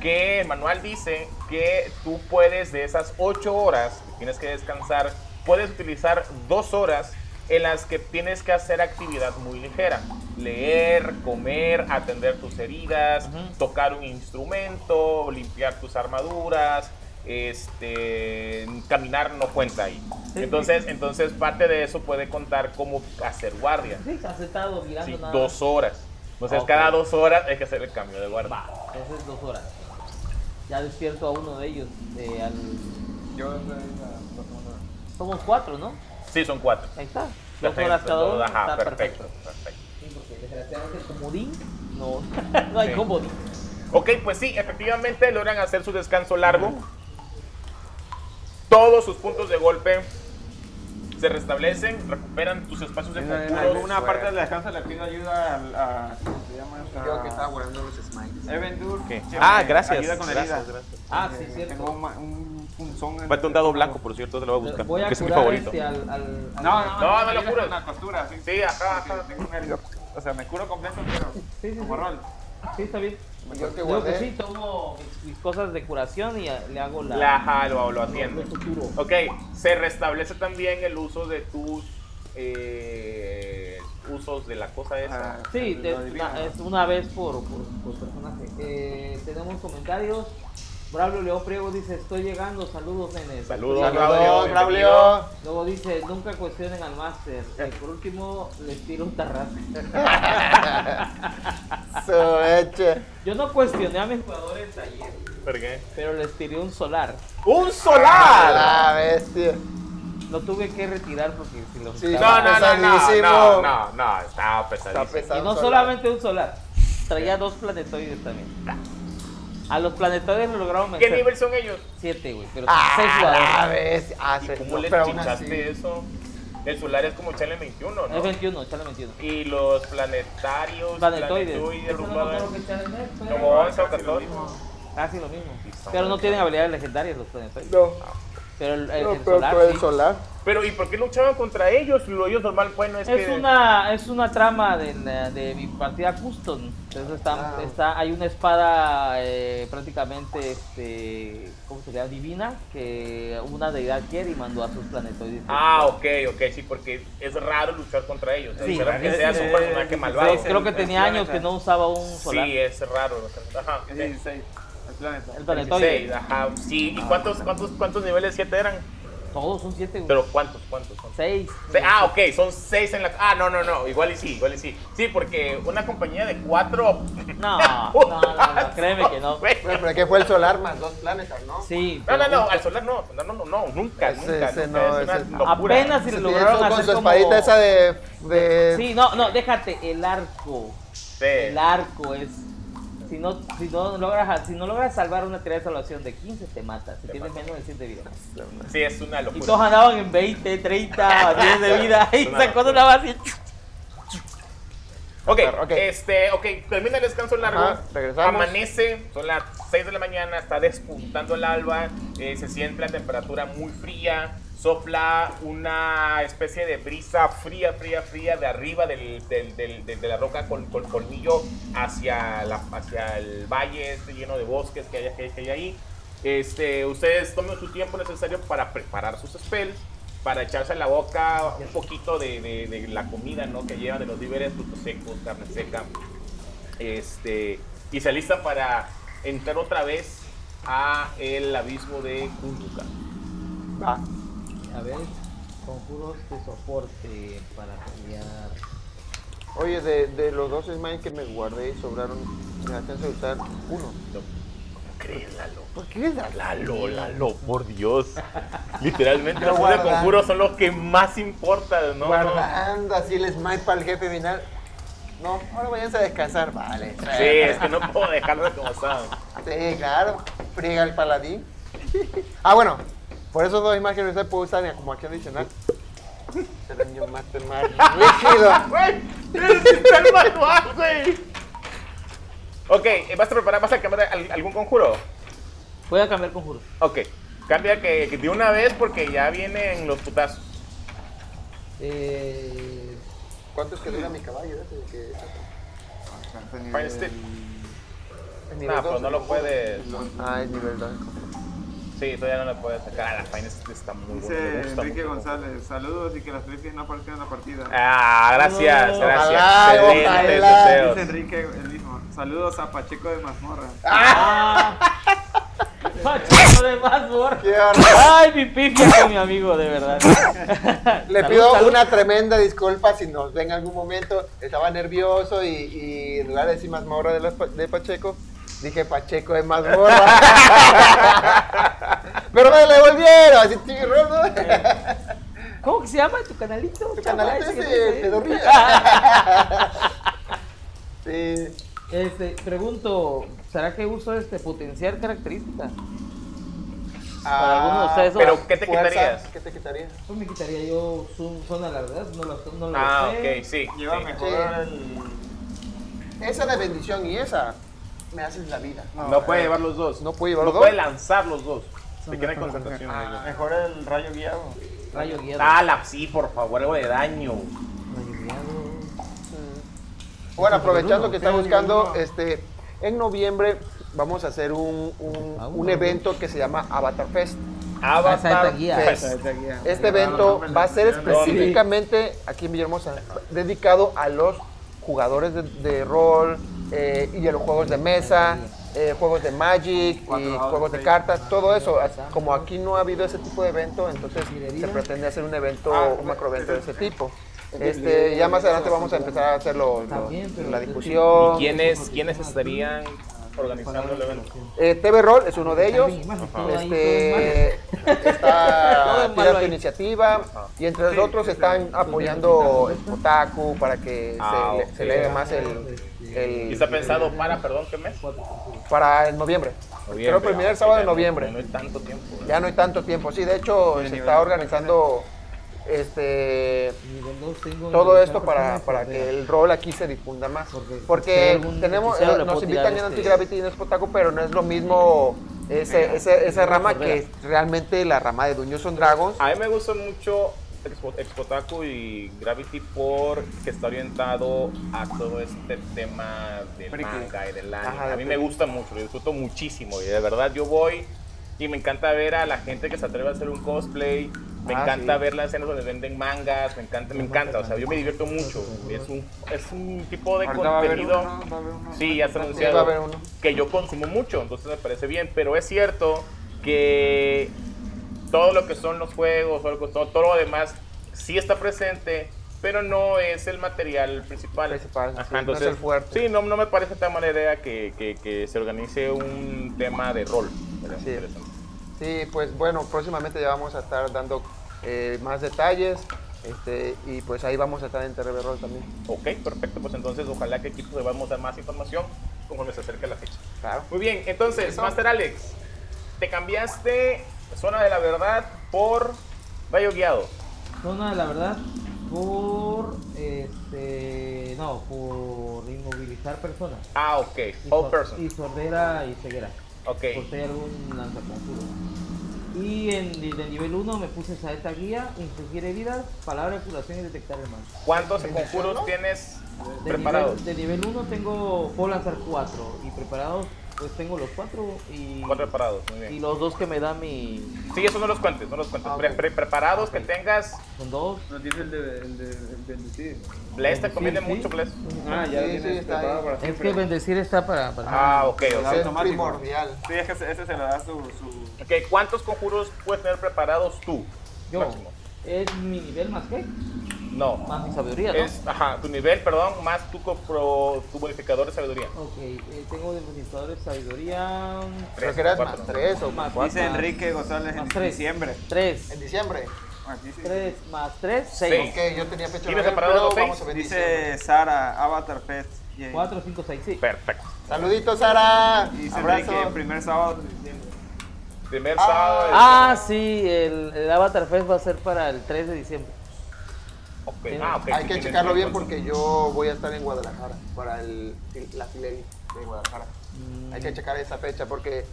que, el manual dice que tú puedes de esas 8 horas que tienes que descansar, puedes utilizar 2 horas en las que tienes que hacer actividad muy ligera. Leer, comer, atender tus heridas, Ujú. tocar un instrumento, limpiar tus armaduras, este, caminar no cuenta ahí. Sí, Entonces, entonces parte de eso puede contar como hacer guardia. Sí, has estado mirando Sí, nada. Ah, dos horas. Entonces, Ok. cada dos horas hay que hacer el cambio de guarda. Va, entonces dos horas. Ya despierto a uno de ellos. eh, al- Yo soy la Somos cuatro, ¿no? Sí, son cuatro. Ahí está. Dos Perfecto, horas cada todo, uno. ajá, está perfecto, perfecto. Sí, porque desgraciadamente el comodín no, no hay Sí. comodín. Ok, pues sí, efectivamente logran hacer su descanso largo. Todos sus puntos de golpe se restablecen, recuperan tus espacios de En conjuros. alguna parte del descanso le pido ayuda al- a. ¿Cómo se llama esta? Creo que estaba guardando los smiles. Evendur. ¿Qué? que Ah, me gracias, Ayuda con gracias, heridas. Ah, sí, Eh, cierto. Tengo un, ma- un punzón. en- Falta un dado blanco, por cierto, te lo voy a buscar. Voy a que es mi curar, favorito. este, al, al- al- No, No, no, no lo heridas cures. con Una costura, sí. Sí, ajá, porque ajá. Tengo una herida. O sea, me curo completo, pero. Sí, sí, Como sí. rol. Sí, está bien. Yo que Digo que guardé. sí, tomo mis, mis cosas de curación y a- le hago la... La ajá, lo, lo atiende. Ok, se restablece también el uso de tus eh, usos de la cosa esa. Ah, Sí, lo te- adivino, una, ¿no? es una vez por, por, por personaje. Eh, tenemos comentarios. Braulio León Priego dice, estoy llegando, saludos nenes. Saludos, Saludos, Braulio, Braulio. Luego dice, nunca cuestionen al máster. Eh, por último, les tiro un tarrazo. Su eche. Yo no cuestioné a mis jugadores ayer, ¿Por qué? pero les tiré un solar. ¡Un solar! La bestia. Lo tuve que retirar porque si lo Sí, quitaba- No, no, no, no, Pesadísimo. no, no, no, estaba Está pesadísimo. pesado. Y no solar. solamente un solar, traía dos planetoides también. A los planetoides lo lograron ¿Qué vencer. nivel son ellos? Siete, güey, pero seis Ah, la jugadores. bestia. Ah, ¿Y se- cómo les pero aún así. chichaste eso? El solar es como Challenge 21, Es ¿no? 21, chale 21. Y los planetarios, Planetoides. Eso no me rumba- acuerdo qué chale es, pero- como 11 o 14. Casi lo mismo. son Pero no muy tienen caros. habilidades legendarias los planetoides. No, Pero el, el- no, el pero solar. fue el sí. solar. Pero ¿y por qué luchaban contra ellos? Lo ellos normal, bueno, es, Es que... una, es una trama de, la- de mi partida custom. Entonces Ah, está, está, hay una espada eh, prácticamente, este, ¿cómo se llama? Divina, que una deidad quiere y mandó a sus planetoides. Ah, ok, ok, sí, porque es raro luchar contra ellos. Sí. Será que Es- seas un es- personaje es- malvado. es- Creo que el tenía años planeta. que no usaba un solar. Sí, eh, es raro. o sea, Ajá, Es sí. 16. El planeta. El Seis, planetoide. ajá, sí. ¿Y cuántos, cuántos, cuántos niveles 7 eran? Todos son siete, güey. Pero ¿cuántos, cuántos? son? seis. Se- Ah, ok, son seis en la. Ah, no, no, no, igual y sí, igual y sí. Sí, porque una compañía de cuatro. No, no, no, no, créeme que no. güey. Bueno, pero que fue el solar más dos planetas, ¿no? Sí. No, no, pero- no, al solar no, al solar no, no, no, nunca, Ese- nunca. ese nunca, no, es una ese- locura. Apenas si Sí, le eso lograron con hacer su como... espadita esa de. de- Sí, no, no, déjate, el arco. Sí. El arco es. Si no, si no logras, si no logras salvar una tirada de salvación de 15, te mata. Si tienes menos de 7 vidas. Pues. Sí, es una Y locura. todos andaban en 20, 30, 10 de vida. Y Una sacó locura. una base. Ok, Ok. este, ok, termina el descanso largo. Ajá, regresamos. Amanece, son las 6 de la mañana, está despuntando el alba, eh, se siente la temperatura muy fría, sopla una especie de brisa fría, fría, fría de arriba del, del- del- del- de la roca con, con colmillo hacia, la, hacia el valle este lleno de bosques que hay, que hay- que hay ahí. Este, ustedes tomen su tiempo necesario para preparar sus spells, para echarse a la boca un poquito de, de- de la comida ¿no? que llevan de los víveres, frutos secos, carne seca, este, y se alista para entrar otra vez a el abismo de Kunduka. Ah, A ver, conjuros de soporte para pelear. oye, de, de los dos Smiles que me guardé y sobraron, me da chance de usar uno. ¿Cómo crees, Lalo? ¿Por qué es Lalo, Lalo, por Dios. Literalmente, Lo los juegos de guardan. conjuros son los que más importan, ¿no? guardando así el Smite para el jefe final? No, ahora vayan a descansar. Vale. No. Sí, es que no puedo dejarlo como están. Sí, claro. Friega el paladín. Ah, bueno. Por esos dos imágenes se puede usar como acción adicional. Ser un yo Master Mario. Rígido. ¡Güey! ¡Está el manual, güey! Ok, eh, ¿vas a preparar, vas a cambiar al- algún conjuro? Voy a cambiar conjuros. Ok, cambia que, que de una vez porque ya vienen los putazos. Eh, ¿Cuánto es que dura mi caballo? ese que- Alcanza nivel- Fire Stick. es No, nivel pero 12, no lo puedes. Ah, es nivel 2. Sí, todavía no la puedes sacar. Ah, la Fine es- está muy buena. me Dice gusta Enrique mucho. González, saludos y que las felices no aparezcan en la partida. Ah, gracias, Ojalá, gracias. ojalá. Excelentes deseos. Dice Enrique el mismo. Saludos a Pacheco de Mazmorra. Ah. Pacheco pues, de mazmorra. ¡Qué horror! Ay, mi pifia con mi amigo, de verdad. Le Salud, pido salud. una tremenda disculpa si nos ven en algún momento. Estaba nervioso y, y en lugar de decir mazmorra de, los pa- de Pacheco, dije Pacheco de mazmorra. Pero me lo devolvieron. Así, sí, Eh, ¿no? ¿Cómo que se llama tu canalito? Tu chava? canalito Ese que ese, tienes ahí. pedorrillo. Sí. Este, pregunto, ¿será que uso este potenciar características? Para alguno de ustedes, Pero, ¿qué te ah, fuerza, quitarías? ¿Qué te quitarías? Pues me quitaría yo su zona de la verdad, no lo, no lo Ah, sé. ok, sí. Lleva sí. mejor Esa de bendición y esa me haces la vida. No, No puede llevar los dos. No puede llevar los No puede dos. lanzar los dos. Se queda en mejor, concentración. Ah, el, mejor el rayo guiado. Rayo guiado. Ah, la sí, por favor, algo de daño. Rayo guiado. Bueno, aprovechando que está Pero buscando, ninguno. este, en noviembre vamos a hacer un, un- Ah, un evento que se llama Avatar Fest. Esa Avatar pues, es la guía. Fest. Este evento va a ser específicamente aquí en Villahermosa, dedicado a los jugadores de, de rol eh, y a los juegos de mesa, eh, juegos de Magic y juegos de cartas, todo eso. Como aquí no ha habido ese tipo de evento, entonces se pretende hacer un evento, un macroevento de ese tipo. Este, ya más adelante vamos a empezar a hacer los- los- la ¿Y discusión. quiénes, quiénes estarían organizando el evento? Eh, TV Roll es uno de ellos. Todo ahí, Este, Todo está es malo Tira tu ahí. iniciativa y entre los otros están apoyando el Otaku para que Ah, se, ok. se eleve más el, ¿Y el- está pensado para, perdón, qué mes? para el noviembre. Creo Noviembre. primer sábado de Ya no- noviembre. No hay tanto tiempo. ¿no? Ya no hay tanto tiempo. Sí, de hecho se está organizando este Nivel dos tengo todo en- esto para, para que el rol aquí se difunda más. si hay Porque algún tenemos, eh, noticiero, le nos puedo invitan tirar en este- Antigravity y en Spotaco, pero no es lo mismo ese, ese- esa rama que es realmente la rama de Dungeons and Dragons. A mí me gusta mucho Expo, Expotaku y Gravity porque está orientado a todo este tema del Friki. manga y del anime. Ajá, de a mí me friki. gusta mucho, lo disfruto muchísimo y de verdad yo voy y me encanta ver a la gente que se atreve a hacer un cosplay. Me Ah, encanta sí. ver las escenas donde venden mangas, me encanta, me encanta, o sea, yo me divierto mucho. Es un, es un tipo de Ahorita va a haber contenido. uno, va a haber uno. Sí, ya está Sí, va a anunciado. haber uno. Que yo consumo mucho, entonces me parece bien. Pero es cierto que todo lo que son los juegos, todo, lo que- todo- todo lo demás, sí está presente, pero no es el material principal. Principal, sí, no es el fuerte. Sí, no, no me parece tan mala idea que, que- que se organice un tema de rol. Me parece Sí. interesante. Sí, pues bueno, próximamente ya vamos a estar dando eh, más detalles este, y pues ahí vamos a estar en TRB Roll también. Ok, perfecto, pues entonces ojalá que aquí pues, vamos a dar más información conforme se acerque la fecha. Claro. Muy bien, entonces, Master Alex, te cambiaste Zona de la Verdad por Rayo Guiado. Zona, la verdad, por. Este. No, por inmovilizar personas. Ah, ok, Y All sor- Person. Y sordera y ceguera. Ok, Por si hay algún lanzaconjuro. Y en el de nivel 1 me puse saeta guía, infligir heridas, palabra de curación y detectar el mal. ¿cuántos conjuros tienes De preparados? nivel, de nivel 1 tengo, puedo lanzar 4 y preparados pues tengo los 4 y, Cuatro preparados, muy y bien. los dos que me da mi... Sí, eso no los cuentes, no los cuentes. Ah, Pre- ok. pre- preparados Ok. que tengas, Son dos. Nos dice el de, el de, el bendecido. Bless te Sí, conviene sí. mucho, Bless. Ah, ya Sí, lo sí, tienes está preparado ahí. para Es siempre. que bendecir está para... para Ah, ok, ok. Claro. Es automático. primordial. Sí, es que ese, ese se le da su... su... Ok, ¿cuántos conjuros puedes tener preparados tú? yo. Máximo. Es mi nivel más que, No. más mi sabiduría, ¿no? Es, ajá, tu nivel, perdón, más tu, copro- tu modificador de sabiduría. Ok, eh, tengo depositador de sabiduría... Creo que eras cuatro. más tres o Más- más Dice Enrique González Más en tres. diciembre. 3. En diciembre. Aquí Ah, sí. 3 más 3, Seis. 6. Ok, yo tenía fecha ¿Tienes noviembre, separado los seis? vamos a ver diciembre. Dice Sara, Avatar Fest. yay. 4, 5, 6, sí. Perfecto. Saluditos, Sara. Dice Abrazo. Enrique, primer sábado de diciembre. Primer sábado. de- Ah, sí, el, el Avatar Fest va a ser para el 3 de diciembre. Ok, ah, ok, Hay sí que tienes checarlo bien razón. porque yo voy a estar en Guadalajara para el, la Fileri de Guadalajara. Mm. Hay que checar esa fecha porque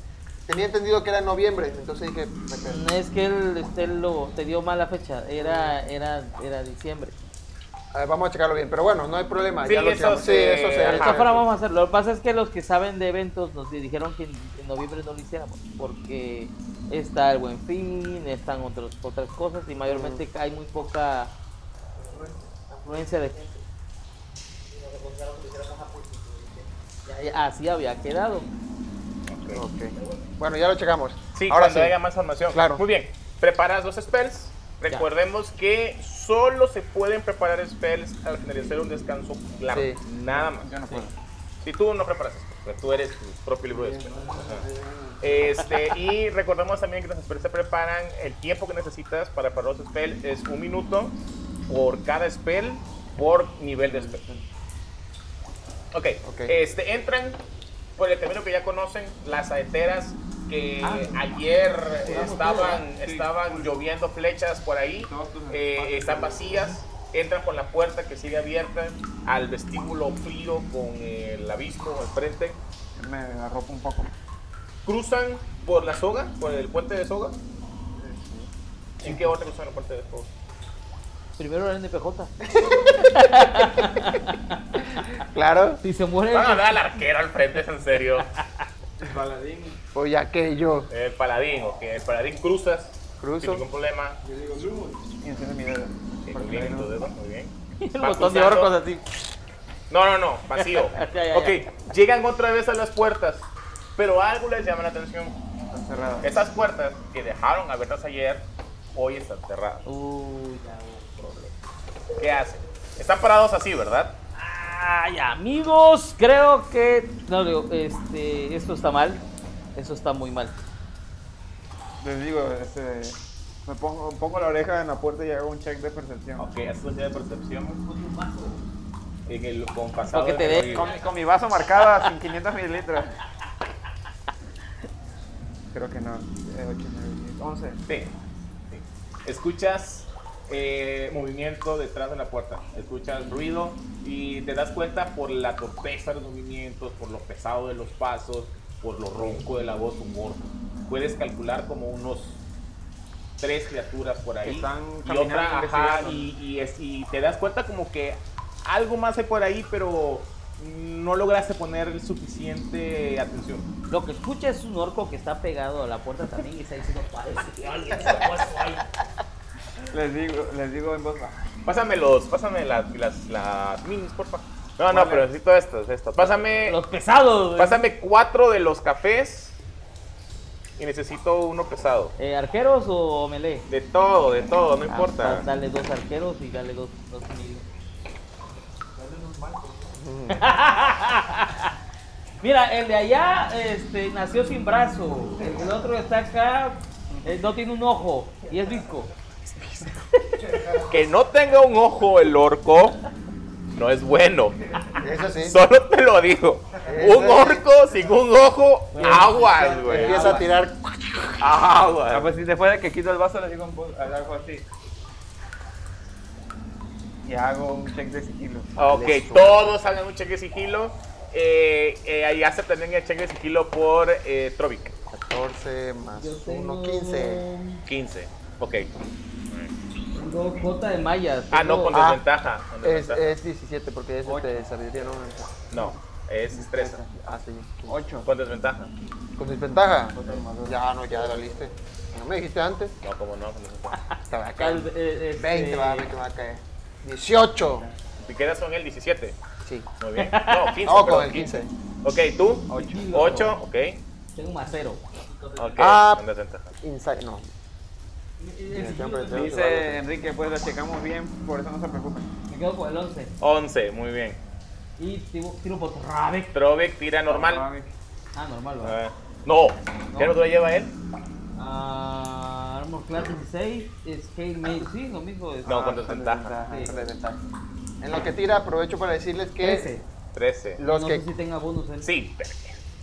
tenía entendido que era en noviembre, entonces dije, me perdí. Es que él, este, él lo, te dio mala fecha, era, era, era diciembre. A ver, vamos a checarlo bien, pero bueno, no hay problema. Sí, ya lo eso checamos. se- Sí, eso se. Ajá. De todas formas vamos a hacerlo. Lo que pasa es que los que saben de eventos nos dijeron que en, en noviembre no lo hiciéramos, porque está el buen fin, están otros, otras cosas y mayormente hay muy poca afluencia de gente. Ya, ya, Así había quedado. Ok. Bueno, ya lo checamos. Sí, Ahora cuando sí. haya más información. Claro. Muy bien. Preparas dos spells. Recordemos que solo se pueden preparar spells al finalizar un descanso largo. Sí. Nada más. Yo no puedo. Si tú no preparas esto, porque tú eres tu propio libro de spells. Ajá. Este, y recordemos también que los spells se preparan. El tiempo que necesitas para preparar los spells es un minuto por cada spell por nivel de spell. Ok, Ok. Este, entran por el camino que ya conocen, las saeteras que ayer estaban, estaban lloviendo flechas por ahí, Todos tus eh, espacios. están vacías, entran por la puerta que sigue abierta al vestíbulo frío con el avispo al frente, Me arropo un poco. cruzan por la soga, por el puente de soga. ¿En qué orden cruzan el puente de soga? Primero era NPJ. Claro, Si se muere. Van a hablar al arquero al frente, es en serio. Paladín. pues ya que yo. El paladín, ok. El paladín cruzas. Cruzo. Sin ningún problema. Yo digo, Luz. Y enciende mi dedo. Eh, Porque Muy bien, ahí no- entonces, muy bien. El Va botón de cruzando. orcos así. No, no, no, vacío. Ya, ya, ok, llegan otra vez a las puertas, pero algo les llama la atención. Está cerrada. Esas puertas que dejaron abiertas ayer, hoy están cerradas. Uy, ya hubo problema. ¿Qué hacen? Están parados así, ¿verdad? Ay, amigos, creo que. No, digo, este, esto está mal. Esto está muy mal. Les digo, este, me pongo, pongo la oreja en la puerta y hago un check de percepción. Ok, eso es de percepción. pues, En el con pasado. Para que de te dé- ruido. Con, con mi vaso marcado a 500 mililitros. Creo que no. eh, 8, 9, 10, Sí, 11. sí. Escuchas eh, movimiento detrás de la puerta, escuchas ruido y te das cuenta por la torpeza de los movimientos, por lo pesado de los pasos, por lo ronco de la voz, un orco. Puedes calcular como unos tres criaturas por ahí. Que están y caminando, otra, ajá, investigando. y, y es- y te das cuenta como que algo más hay por ahí, pero no lograste poner el suficiente atención. Lo que escucha es un orco que está pegado a la puerta también y está diciendo: Parece que alguien se Les digo, les digo en voz baja. Pásame los, pásame las, las, las minis, porfa. No, no, Vale. pero necesito estas, estas. Pásame, Los pesados, güey. pásame cuatro de los cafés y necesito uno pesado. Eh, ¿Arqueros o melee? De todo, de todo, no Ah, importa. da- dale dos arqueros y dale dos. dos mil. Mira, el de allá este, nació sin brazo. El, el otro está acá, eh, no tiene un ojo y es disco. Que no tenga un ojo el orco no es bueno. Eso sí. Solo te lo digo. Eso Un sí. orco sin un ojo, aguas, güey. Empieza a tirar. Ah, Aguas. pues sí, después de que quito el vaso, les digo en voz algo así. Y hago un check de sigilo. Ah, Ok, todos hagan un cheque de sigilo. Eh, eh, ahí hace también el cheque de sigilo por eh, Trovic. 14 más Yo 1, tengo 15. 15. Ok. Dos gotas de mallas. Ah, no, con Tengo- Ah, desventaja. con Es, desventaja. es 17 porque es este, sabiduría, ¿no? No, es destreza. Ah, sí. 8. Con desventaja. ¿Con desventaja? Ya, no, ya la liste. ¿No me dijiste antes? No, como no, con desventaja. Te va a acá caer. el- eh, este- 20 va a ver que me va a caer. 18. Si quedas con el 17. Sí. Muy bien. No, 15. No, perdón, con el 15. Ok, tú. 8. Ocho. 8, ok. Tengo un más cero. Ok, Ah. con desventaja. Inside, no. Eh, Siempre tengo que Dice Enrique, pues la checamos bien, por eso no se preocupen. Me quedo con el 11. 11, muy bien. Y tiro, tiro por Rabeck. Trovic tira normal. Ah, normal, va. Ah, no, ¿qué no te lo lleva él? Ah, armor class 16, scale mage. Sí, lo mismo. es- No, Ah, con desventaja. con Sí. desventaja. desventaja. En lo que tira, aprovecho para decirles que 13. 13. los no que sé si tenga bonus ¿eh? él. Sí,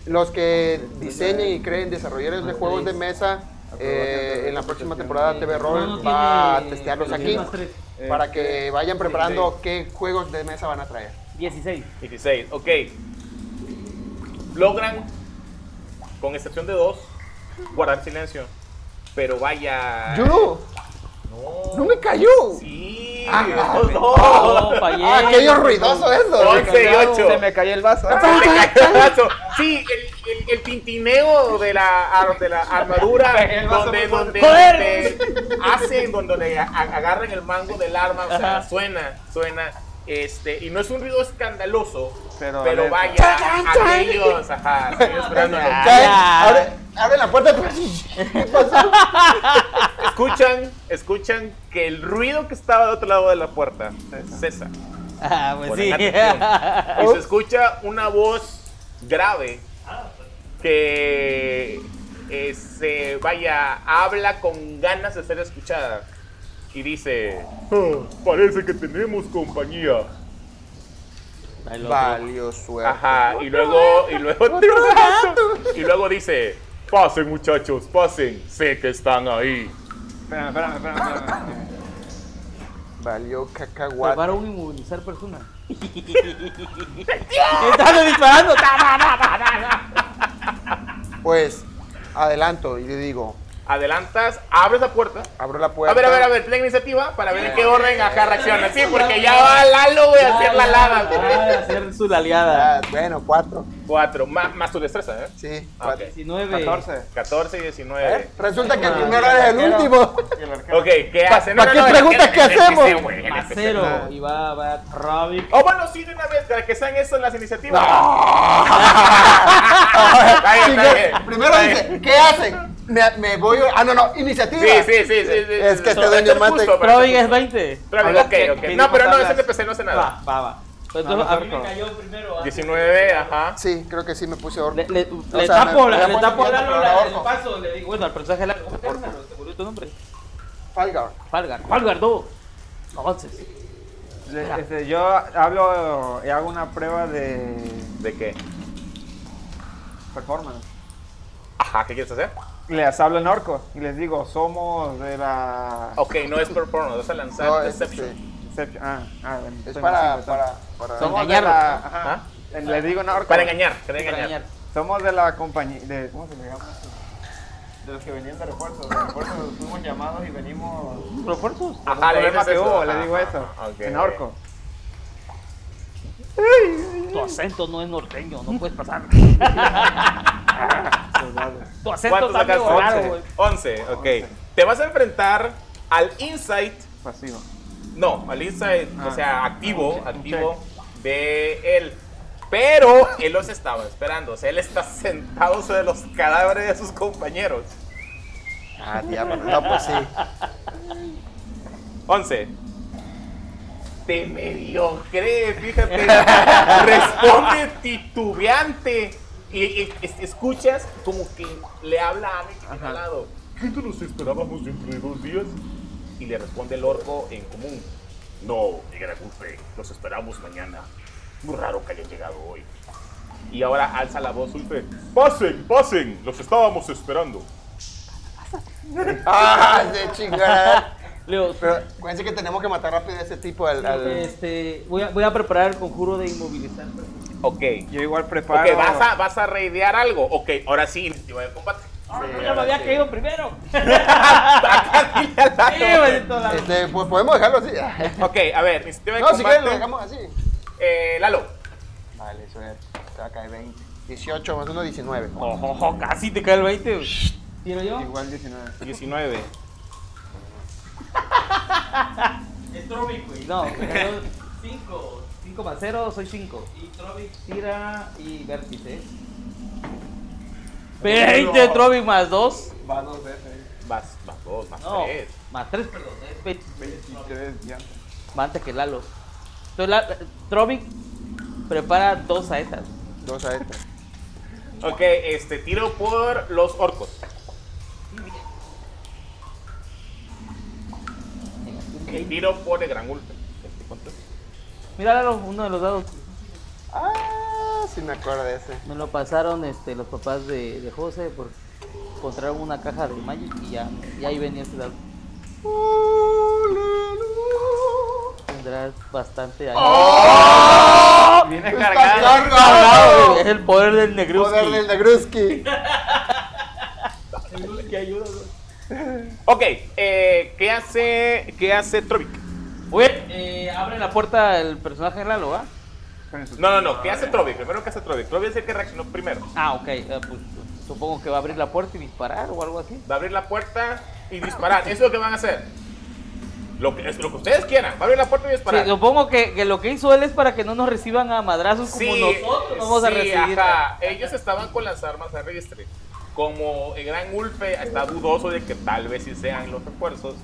los que diseñen y creen desarrolladores de juegos de mesa eh, en la próxima temporada TV No, no Roll va a tiene- eh, testearlos tiene aquí más tres. Eh, para que vayan preparando qué juegos de mesa van a traer. 16. 16, ok. Logran, con excepción de dos, guardar silencio. Pero vaya. ¡Yulu! No. ¡No me cayó! Sí, Ah, los Oh, dos. fallé. ¡Ah, qué ruidoso eso! 11 y 8. Se me cayó el vaso. Sí, el, el, el tintineo de la, ar- de la armadura El vaso donde, me fue- donde, ¡Joder! donde hacen, donde, donde a- agarran el mango del arma, o sea, suena, suena. Este, y no es un ruido escandaloso, pero, Pero alerta. vaya, aquellos, ajá, estoy esperando. Cae, ya. abre, abre la puerta. pues. ¿Qué pasó? Escuchan, escuchan que el ruido que estaba del otro lado de la puerta cesa. Ah, pues Ponen sí. atención. Y se escucha una voz grave que eh, se vaya, habla con ganas de ser escuchada y dice: "Ah, Parece que tenemos compañía. Valió suerte. Ajá, y luego, y luego, y luego dice: Pasen, muchachos, pasen, sé que están ahí. Espérame, espérame, espérame. espérame. Valió cacahuate. Preparo un inmunizar personas. Están disparando. Ta, ta, ta, ta, ta, ta. Pues adelanto y le digo, adelantas, abres la puerta. Abro la puerta. A ver, a ver, a ver, play iniciativa para ver en qué orden acá reacciona. Sí, porque ya va Lalo, voy a hacer la lava. güey. Ah, hacer su laleada. Ah, bueno, cuatro. Cuatro, más, más tu destreza, ¿eh? Sí, Ah, cuatro. ok. 19. 14. 14 y A 19. ver, Resulta que el Ah, primero es el último. Y el arquero. Ok, ¿qué Pa- hacen? ¿pa' qué preguntas que hacemos? Más cero. Y va, va Robbie. Ah. Oh, bueno, sí, de una vez, para que sean esas las iniciativas. Está bien, está bien. Primero Está dice, ¿qué hacen? Me, me voy. Ah, no, no, iniciativa. bien. Sí, sí, sí, sí, sí. Es que sí, este sí, dueño sí, mate- justo, pero- Robbie es 20. Robbie, ok, ok. No, pero no, ese NPC no hace nada. Va, va, va. No, Entonces, no, pues, a mí no. me cayó primero. antes. 19, ajá. Sí, creo que sí me puse orden. Le, le, O le sea, tapo, me- la- me le voy tapo poniendo la- la- para el abajo. paso, le digo, bueno, al personaje largo, ¿cómo te llamas? ¿Te murió tu nombre? Falga. Falgar, Falgar 2. Entonces, Yo- este, yo hablo y hago una prueba de ¿De qué? performance. Ajá, ¿qué quieres hacer? Les hablo en orco y les digo, somos de la... Ok, no es por porno, vas a lanzar No, este. es, Deception. sí, Deception. Ah, ah, bueno, es soy para, más cinco, para, para. Son- Somos de la- ajá. ¿Ah? Les digo en orco. Para engañar, para para engañar. engañar. Somos de la compañía. De, ¿Cómo se le llama? eso? De los que venían de refuerzos. De refuerzos fuimos llamados y venimos. ¿Propuestos? Por Ajá, un Ah, le problema dices que eso. hubo, le Ajá, digo eso. ajá, ok. En orco. Tu acento no es norteño, no puedes pasar. tu acento ¿Cuánto está sacaste? medio raro, güey. 11, ok. Te vas a enfrentar al Insight, Pasivo. no, al Insight, o Ah. sea, activo, check, un activo de él. Pero él los estaba esperando, o sea, él está sentado sobre los cadáveres de sus compañeros. Ah, diablo. No, pues sí. 11. Te mediocre, fíjate. Responde titubeante. Y, y- es- escuchas como que le habla a alguien que tiene al lado. ¿Qué no nos esperábamos dentro de dos días? Y le responde el orco en común. No, Igragufe, los esperamos mañana. Muy raro que hayan llegado hoy. Y ahora alza la voz Ulfe. ¡Pasen, pasen! Los estábamos esperando. Ah, de chingada. Leo, Pero acuérdense que tenemos que matar rápido a ese tipo al. al- este, voy, a, voy a preparar el conjuro de inmovilizar. Ok. Yo igual preparo. Ok, ¿vas a, vas a raidear algo. Ok, ahora sí, iniciativa de combate. Ah, yo ya me había caído primero. Sí, Acá maldito la- Este, pues podemos dejarlo así. ok, a ver, iniciativa de No, si combate. quieren lo dejamos así. Eh, Lalo. Vale, eso es. Se va a caer 20. 18 más 1, 19. Ojo, ojo, casi te cae el 20. güey. ¿Tiro yo? Igual 19. 19. Es Trovic, güey. No, 5. 5 más 0, soy 5. Y Trovic tira y vértice. 20 Trovic más 2. Va dos veces. Más, más dos, más No, tres. más 3, perdón. Es 20. 23 ya. Más antes que Lalo. Entonces, la, Trovic prepara dos saetas. Dos a este. Ok, este tiro por los orcos. Y tiro por el gran ultra. Mira, Lalo, uno de los dados. Ah, sí me acuerdo de ese. Me lo pasaron este, los papás de, de José por encontraron una caja de Magic y ya, y ahí venía ese dado. Tendrás bastante ahí. ¡Oh, Oh. Viene Está cargado. cargado. Es el poder del Negruski. Poder del Negruski. Ok, eh, ¿qué hace, qué hace Trovic? Oye, eh, abre la puerta el personaje de Lalo, ¿ah? No, no, no, ¿qué hace Trovic? Primero, ¿qué hace Trovic? Trovic es el que reaccionó primero. Ah, ok. eh, pues, supongo que va a abrir la puerta y disparar o algo así. va a abrir la puerta y disparar. Eso es lo que van a hacer. Lo que, es lo que ustedes quieran. Va a abrir la puerta y disparar. Sí, supongo que, que lo que hizo él es para que no nos reciban a madrazos como Sí, nosotros vamos a sí, recibir. ajá. Ellos estaban con las armas a registre. Como el gran Ulfe está dudoso de que tal vez sí sean los refuerzos,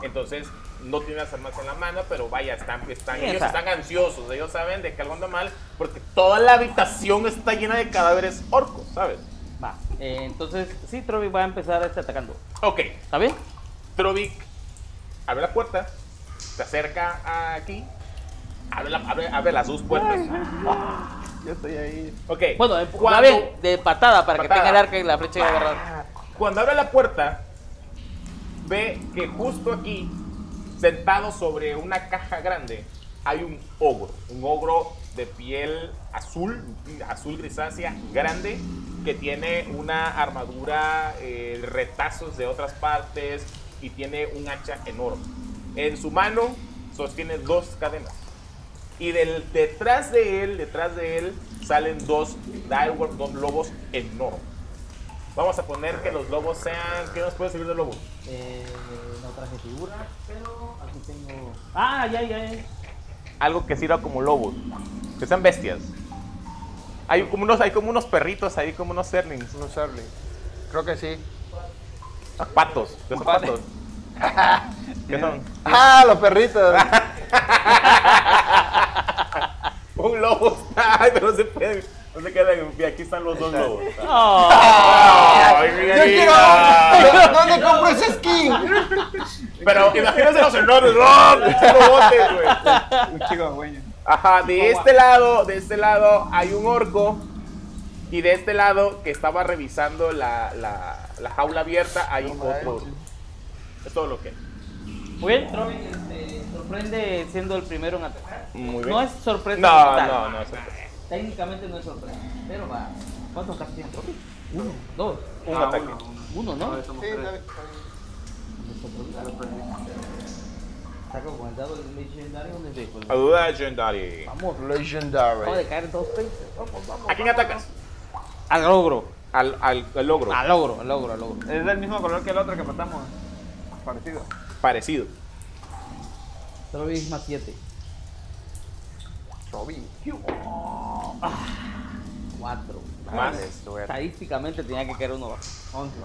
entonces no tiene las armas en la mano, pero vaya, están, están- Sí, ellos esa. están ansiosos. Ellos saben de que algo anda mal porque toda la habitación está llena de cadáveres orcos, ¿sabes? Va. eh, entonces, sí, Trovi va a empezar este, atacando. Ok, ¿Está bien? Trovic abre la puerta, se acerca aquí, abre, la- abre- abre las dos puertas. Yo estoy ahí. Ok. Bueno, eh, va cuando, bien, de patada para que Patada. Ah. tenga el arca y la flecha agarrada. cuando abre la puerta, ve que justo aquí, sentado sobre una caja grande, hay un ogro. Un ogro de piel azul, azul grisácea, grande, que tiene una armadura, eh, retazos de otras partes y tiene un hacha enorme. En su mano sostiene dos cadenas. Y del, detrás de él, detrás de él, salen dos direwolf, dos lobos enormes. Vamos a poner que los lobos sean. ¿Qué nos puede servir de lobo? Eh, no traje figuras, pero aquí tengo. Ah, ya, ya, ya. Algo que sirva como lobos. Que sean bestias. Hay como unos, hay como unos perritos ahí, como unos serlings. No serle. Creo que sí. Patos. De esos patos. ¿Qué son? ¡Ah, los perritos! Un lobo. Ay, pero no se puede. No se queda en pie. Aquí están los dos lobos. Ay, mi ¡Yo quiero! vida. ¿Dónde compro ese skin? Pero imagínense los enormes. ¡Oh, pinches lobotes, güey! Un chico güey. Ajá, de este lado, de este lado hay un orco. Y de este lado, que estaba revisando la, la, la jaula abierta, hay otro orco. Es todo lo que. Muy bien, Trovin este, sorprende siendo el primero en atacar. Muy bien. No es sorpresa. como No, tal. no, no. es otro. Ah, Técnicamente no es sorpresa, pero va. ¿Cuántos casos tiene Trovin? Uno, dos, Un Ah, ataque. uno, uno. uno, ¿no? No, somos Sí, tres. está bien, está bien. Saco con el dado el legendario un desvelo. Ayuda a Jendari. Vamos, acabo de Legendary. caer dos veces. Vamos, vamos. ¿A quién atacas? Al logro, Al, al, al logro. al logro, al logro, al logro. Es del mismo color que el otro que matamos. Parecido. Parecido. Trovin es más siete. Robin. Ah, Cuatro. Más. Estadísticamente tenía que caer uno bajo. Once.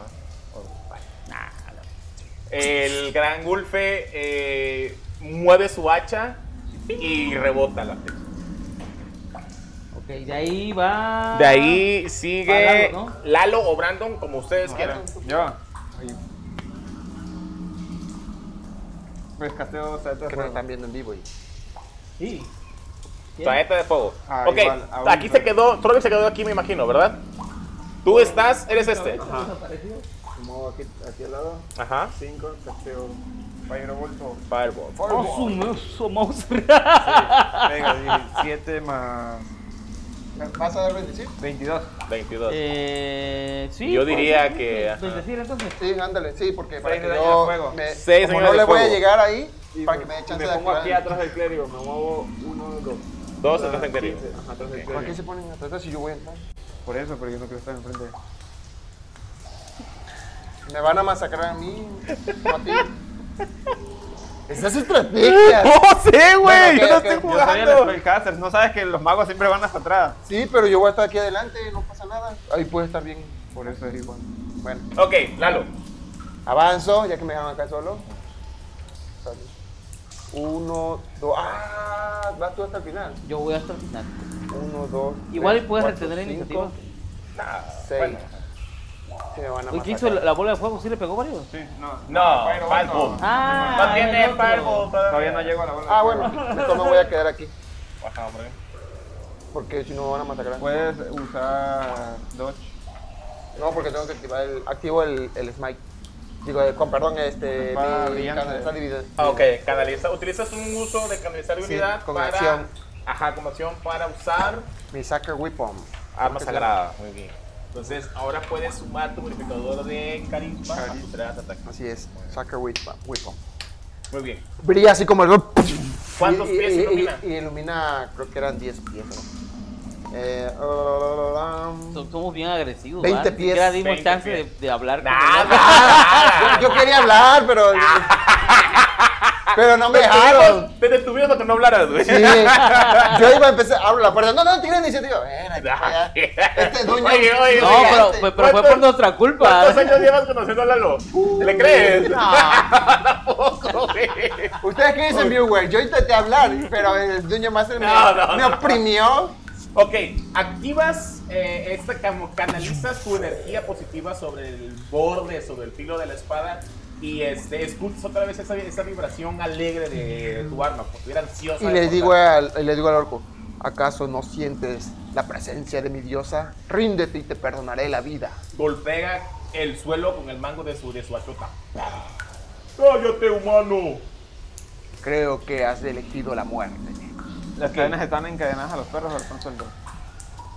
El gran Gulfe eh, mueve su hacha y rebota la flecha. Ok, de ahí va. De ahí sigue Lalo, Lalo, ¿no? o Brandon, como ustedes quieran. Yo. Oye. Pues casteo Que saetas de nos fuego. están viendo en vivo. y- Sí. ¿Quién? Saeta de fuego. Ah, ok, igual, a un aquí se solo. quedó, Trovi se quedó aquí, me imagino, ¿verdad? Tú estás, eres este. Desaparecido. Como aquí, aquí al lado. Ajá. 5, casteo. Pyrobolto. Fireball. Oh, su mouse, su mouse. Venga, 17 más ¿Vas a dar bendecir? 22. 22. Eh, sí, Yo pues, diría sí, que, pues, ajá. decir entonces. Sí, ándale, sí, porque para Seis que de daño de yo fuego. me, Seis como de daño no de le voy a fuego. llegar ahí, Y para que me dé chance me de pongo activar. aquí atrás del clérigo, me muevo uno, dos. Dos Ah, atrás del clérigo. 15, ajá, atrás del Ok. clérigo. ¿Por qué se ponen atrás si yo voy a entrar? Por eso, porque yo no quiero estar enfrente. Me van a masacrar a mí, no a ti. Esa es estrategia. sé, Bueno, ok, ok, yo Yo soy el spellcaster, no sabes que los magos siempre van hasta atrás. Sí, pero yo voy a estar aquí adelante, no pasa nada. Ahí puede estar bien. Por eso es igual. Bueno, Ok, Lalo. avanzo, ya que me dejaron acá solo. Salud. Uno, dos. Ah, vas tú hasta el final. Yo voy hasta el final. Uno, dos. Igual tres, puedes cuatro, retener la cinco, iniciativa. Seis. Bueno. Sí, me van a Uy, ¿qué masacrar. hizo la, la bola de fuego? ¿Sí le pegó varios? Sí, no. No, Fireball Fireball. no. Ah, No tiene el otro. Fireball Todavía no llego a la bola. Ah, bueno, entonces me voy a quedar aquí. Ajá, hombre. Porque si no me van a masacrar. Puedes usar Dodge. No, porque tengo que activar el. Activo el, el smite. Digo, eh, con perdón, este. Mi Espada brillante. canal está dividido. Ah, ok, canaliza. Utilizas un uso de canalizar Sí, habilidad con para. acción. Ajá, como acción para usar Mi Sucker Weapon. arma Porque se sagrada. Muy bien. Entonces, ahora puedes sumar tu modificador de carisma a tu tres llama- ataques. Así es, Sucker Weapon. weapon. Muy bien. Brilla así como el. ¿Cuántos Y- y- pies y- ilumina? Y, y ilumina, creo que eran 10 pies. ¿no? Eh, la, la, la, la, la. So- Somos bien agresivos. 20 ¿verdad? Ni pies. siquiera dimos 20 chance de, pies. de hablar. con el otro. Nada. Yo quería hablar, pero. pero no me dejaron. Te detuvieron para que no hablaras, güey. Sí. Yo iba a empezar, abro la puerta. No, no, tiene iniciativa. Ven, aquí, allá. Este es dueño. pues, Oye, oye, No, oye, pero, gigante. pero fue por ¿Cuántos- nuestra culpa. ¿Cuántos años llevas conociendo a Lalo? ¿Le crees? Tampoco, güey. ¿Ustedes qué dicen, viewer? Yo intenté hablar, pero el dueño master me, No, no, me no. oprimió. Ok, activas eh, esta cam- canalizas tu energía positiva sobre el borde, sobre el filo de la espada y este escuchas otra vez esa, esa vibración alegre de tu arma, como si estuviera ansiosa. Y de le cortar. digo al, y le digo al orco, ¿acaso no sientes la presencia de mi diosa? Ríndete y te perdonaré la vida. golpea el suelo con el mango de su de su achota. Cállate, humano. Creo que has elegido la muerte. Las cadenas están encadenadas a los perros, pero son sueltos.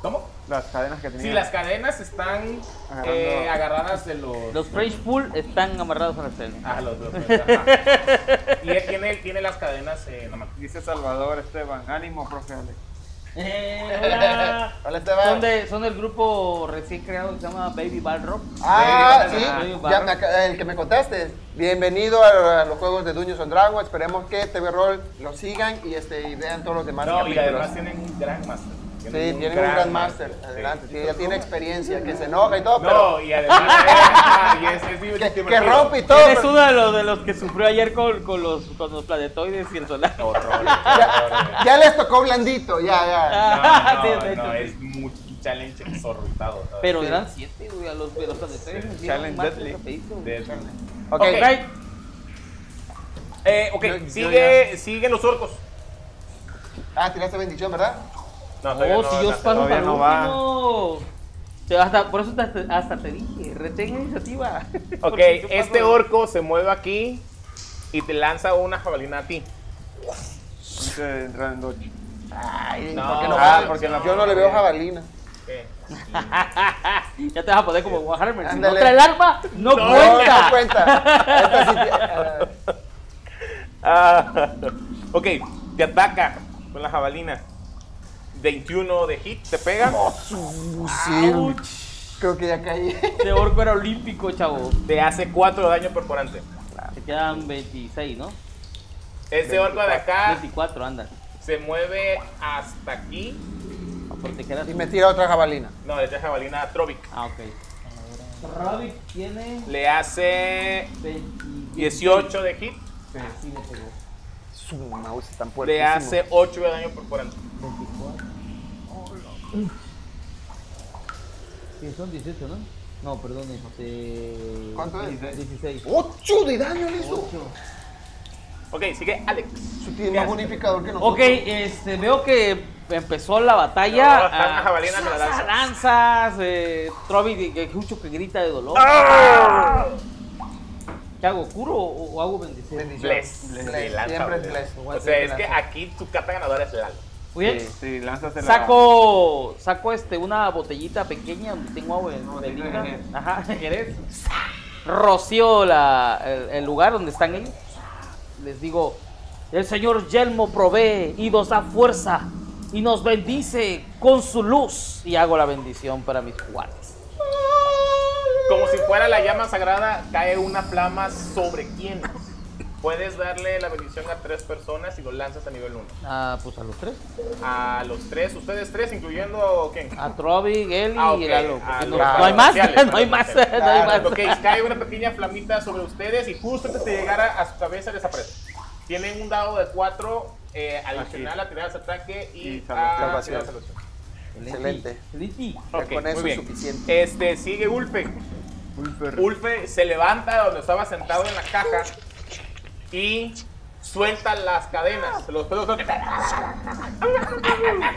¿Cómo? Las cadenas que Si tenían. las cadenas están Agarrando- eh, agarradas de los... Los French Pool están amarrados a la celda. Ah, los dos. ajá. y él tiene, tiene las cadenas, eh, no me acuerdo. Dice Salvador Esteban, ánimo, profe Alex. Eh, hola. Hola, Esteban. Son, de- son del grupo recién creado que se llama Baby Ball Rock. Ah, Baby sí, Ball Rock. ya me acá- el que me contaste. Bienvenido a, a los juegos de Duños and Dragons. Esperemos que TV Roll lo sigan y, este, y vean todos los demás No, y capítulos. además tienen un gran master. Sí, tiene un gran master. Adelante, sí, ya tiene experiencia, que se enoja y todo, pero No, y además ah, y es, es que- divertido, que, divertido. rompe y todo. Él es pero- uno de los, de los que sufrió ayer con, con los, con los planetoides y el solar. Horror, Ya, horror. ya les tocó blandito, ya, ya. Ah, sí, No, de no, no, hecho, es muy un challenge exorbitado. ¿sabes? Pero eran siete, güey, a los, a los planetoides. les dieron Challenge más de Deadly. lo que hizo, güey. De- Ok, Ok. Right. Eh, ok, Yo- yo sigue, siguen los orcos. Ah, tiraste bendición, ¿verdad? No, todavía Oh, no, si yo no, paso para todavía el no último. Te- hasta- por eso te- hasta, hasta te dije, retén la iniciativa. Ok, Porque yo paso- este orco se mueve aquí y te lanza una jabalina a ti. Dice Rand Dodge. Ay, No, ¿por qué no? ah, porque porque no. yo no le veo jabalina. Ya te vas a poner como War Hammer. Si no Ándale. trae el arma, no, No, cuenta. no cuenta. Esta sí ti- ah, Ah, ok, te ataca con la jabalina. 21 de hit, te pega. Oh. sí, eh, creo que ya caí. Este orco era olímpico, chavo. Te hace 4 de daño perforante. Te quedan 26, ¿no? Ese Este orco de acá 24, anda. se mueve hasta aquí. Porque te quedas. Y me tira otra jabalina. No, esta jabalina a Trovic. Ah, ok. Rabbit tiene Le hace 28. 18 de hit. Sí, me pegó. Su mouse tan Le fuertísimo. hace 8 de daño perforante. 24. Sí, son 18, ¿no? No, perdón, este, José. ¿Cuánto es? 16. ¡Ocho de daño le hizo! Ok, sigue Alex. Su tiene más bonificador que nosotros. Ok, este, veo que empezó la batalla. No, están las jabalinas, las lanzas. lanzas. lanzas eh, Trovi, que- que mucho que grita de dolor. Ah. ¡Ah! ¿Qué hago? ¿Curo o, o hago bendición? Bendición. Bless. Bless. Le lanza Siempre es bless. O sea, es que aquí tu carta ganadora es Lalo. Muy bien. Sí, lánzasela. Saco, saco este, una botellita pequeña donde tengo agua bendita. botellita de Jerez. Ajá, Jerez. Rocío la, el, el lugar donde están ellos. Les digo, el señor Yelmo provee y nos da fuerza y nos bendice con su luz. Y hago la bendición para mis cuates. Como si fuera la llama sagrada, cae una flama sobre quién. Puedes darle la bendición a tres personas y lo lanzas a nivel 1. Ah, pues a los tres. A los tres, ustedes tres, incluyendo quién. A Trovi, Eli Ah, ok. y Lalo. Ah, No, los- no hay más, marciales, no hay los más, no marciales. hay más. pues, Ok, cae una pequeña flamita sobre ustedes y justo antes de llegar a, a su cabeza desaparece. Tienen un dado de 4 adicional a tirar ese ataque y, Y a salvación. tirar salvación. Excelente. Liti. Ya Ok, con muy eso es bien. suficiente. Este, sigue Ulfe. Ulfe se levanta de donde estaba sentado en la caja y suelta las cadenas. Los pelos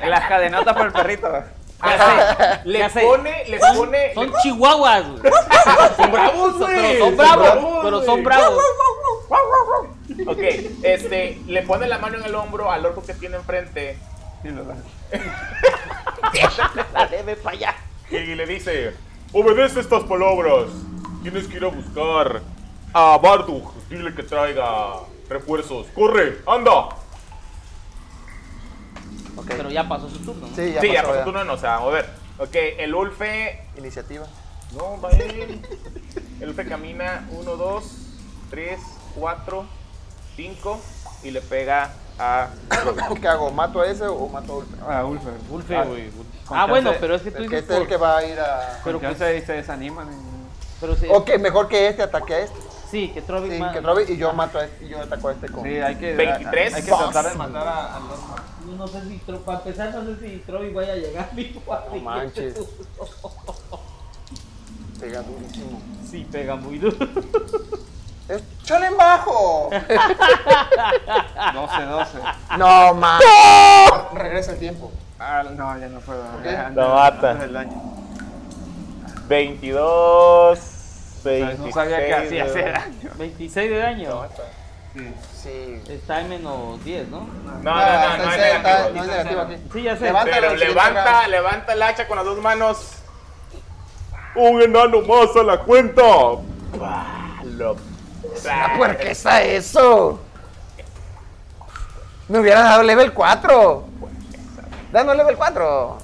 Las cadenotas por el perrito. Ajá. ¿Qué Le hace? pone, le pone. Son le- chihuahuas, güey. son bravos, Son- güey. pero son bravos, güey. pero son bravos. Ok, este, le pone la mano en el hombro al orco que tiene enfrente Y lo lanza. Dale, ve para allá. y le dice: Obedece estas palabras. Tienes que ir a buscar a Barduch. Dile que traiga refuerzos. Corre, anda. Ok. Pero ya pasó su turno. ¿no? Sí, ya sí, pasó, ya pasó ya. tu no, o sea, a ver. Ok, el Ulfe. Iniciativa. No, va bien. El Ulfe camina 1, 2, 3, 4, 5 y le pega a. ¿Qué hago? ¿Mato a ese o mato a Ultra? Ah, Ulfer. Ulfe, Ah, güey. con Ah, bueno, chance- pero es que tú El que dices. este es el por- que va a ir a... Con Pero chance ahí se desaniman. y- Pero sí, Ok, mejor que este ataque a este. sí, que Trovi. Sí, ma- que Robin y yo mato a este y yo ataco a este con... Sí, hay que, 23. hay que tratar de matar a, a los No sé si, Tro- para empezar, no sé si Trovi vaya a llegar mi cuadro. No manches. Pega durísimo. Sí, pega muy duro. ¡Échale en bajo! 12, 12. ¡No, man! Regresa el tiempo. Ah, no, ya no puedo. Ya, antes- Lo mata. antes del daño. 22. O sea, no sabía qué 26, hacía ese daño. 26 de daño. Sí. Sí. Está en menos 10, ¿no? No, Nada, no, no, no, es está- está- negativo. no es negativo aquí. Sí, ya sé. Levanta Pero la siguiente levanta, acá. levanta el hacha con las dos manos. Un enano más a la cuenta. Bah, lo- ¡Ah, puerqueza eso! Me hubieran dado level 4. Danos level 4.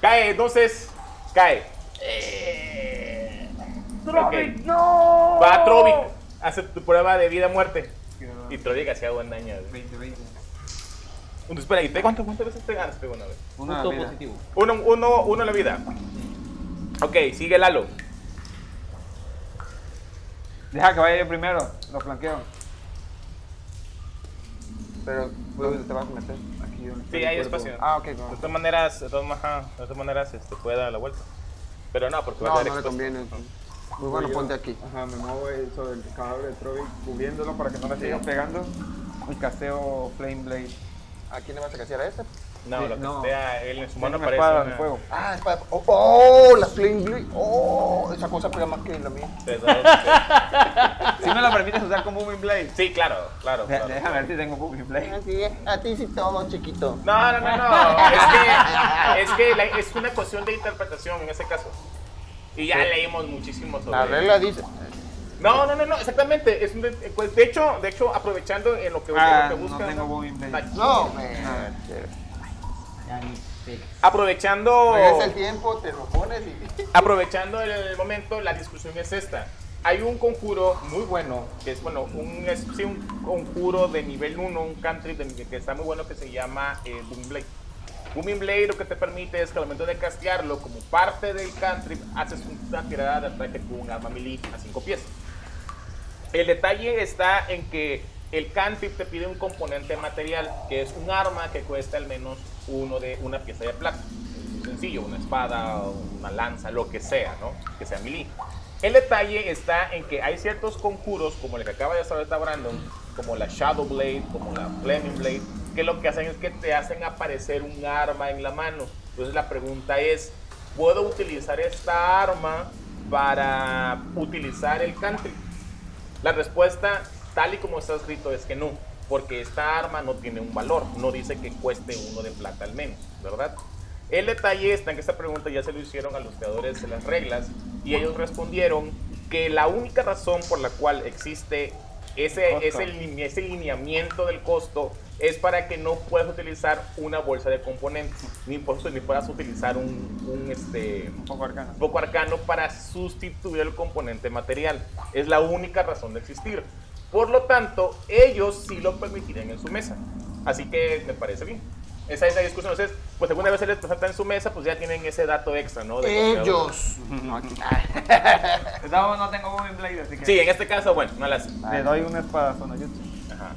Cae, entonces. Cae. Eh. Trovic, no. Va Trovic. Hace tu prueba de vida muerte. Quedó Y Trovic hacía buen daño. güey. 20, 20. Entonces, Espera, ¿y te cuántas cuántas veces te ganaste una vez? Una Punto vida. positivo. Uno, uno, uno en la vida. Ok, sigue Lalo. Deja que vaya yo primero, lo flanqueo. Pero, ¿dónde te vas a meter? Aquí donde Sí, está el hay cuerpo. espacio. Ah, ok, no. De todas maneras, de todas, ajá, de todas maneras este, puede dar la vuelta. Pero no, porque va a No, ser no le conviene. Muy bueno, Yo- ponte aquí. Ajá, me muevo ahí sobre el cadáver de Trovic, cubriéndolo para que no le siga pegando. Y casteo Flame Blade. ¿A quién le vas a casear a este? No, Sí, lo que no. sea, él en su mano Una parece espada una- de fuego. Ah, es para... ¡Oh! oh la Flame Blade. ¡Oh! Esa cosa pega más que la mía. tres dados. Si me la permites usar como Booming Blade. Sí, claro, claro, De- claro. Déjame ver si tengo Booming Blade. Así es. A ti sí todo, chiquito. No, no, no, no. Es que, es, que la- es una cuestión de interpretación en ese caso. Y ya leímos muchísimo sobre La regla dice... No, no, no, no, exactamente. Es un de, pues, de hecho, de hecho, aprovechando en lo que, en lo Ah, que no busca, tengo Booming Blade. No, me... Ya ni sé. Aprovechando. Regresa el tiempo, te lo pones y... Aprovechando el, el momento, la discusión es esta. Hay un conjuro muy bueno, que es bueno, un, es- sí, un conjuro de nivel 1, un country de- que está muy bueno que se llama eh, Boom Blade. Booming Blade lo que te permite es que al momento de castearlo como parte del country, haces una tirada de ataque con un arma melee a 5 pies. El detalle está en que el cantrip te pide un componente material, que es un arma que cuesta al menos uno de una pieza de plata. Sencillo, una espada, una lanza, lo que sea, ¿no? Que sea melee. El detalle está en que hay ciertos conjuros, como el que acaba de hacer ahorita Brandon, como la Shadow Blade, como la Flaming Blade, que lo que hacen es que te hacen aparecer un arma en la mano. Entonces la pregunta es, ¿puedo utilizar esta arma para utilizar el cantrip? La respuesta, tal y como está escrito, es que no, porque esta arma no tiene un valor, no dice que cueste uno de plata al menos, ¿verdad? El detalle está en que esta pregunta ya se lo hicieron a los creadores de las reglas y ellos respondieron que la única razón por la cual existe ese, Costo. ese, line- ese lineamiento del costo es para que no puedas utilizar una bolsa de componentes, ni, por- ni puedas utilizar un, un, este, Un poco arcano. un poco arcano para sustituir el componente material. Es la única razón de existir. Por lo tanto, ellos sí lo permitirán en su mesa. Así que me parece bien. Esa es la discusión. Entonces, pues alguna vez se les presenta en su mesa, pues ya tienen ese dato extra, ¿no? De lo que Ellos. No, aquí. No, no tengo Booming Blade, así que. hablan. Sí, en este caso, bueno, no las. Le doy una espada zona YouTube. Ajá.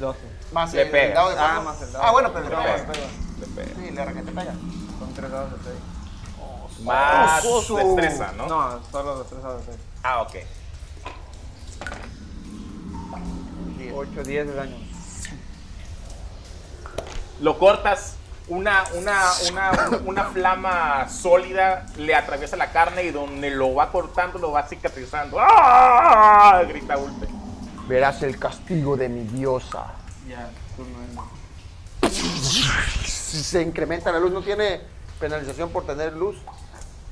12. Más Le el, pega. el dado de Ah, paso. más el dado. Ah, bueno, pero Le el dado pega. de paso. le pega. Sí, la raqueta pega. Son 3 dados de 6. pues, Más Oso. destreza, ¿no? No, solo los 3 dados de 6. Ah, ok. 8, 10 de daño. Lo cortas. Una, una, una, una flama sólida le atraviesa la carne y donde lo va cortando lo va cicatrizando. ¡Ah! Grita Ulpe. Verás el castigo de mi diosa. Ya, turno en. Si se incrementa la luz, no tiene penalización por tener luz.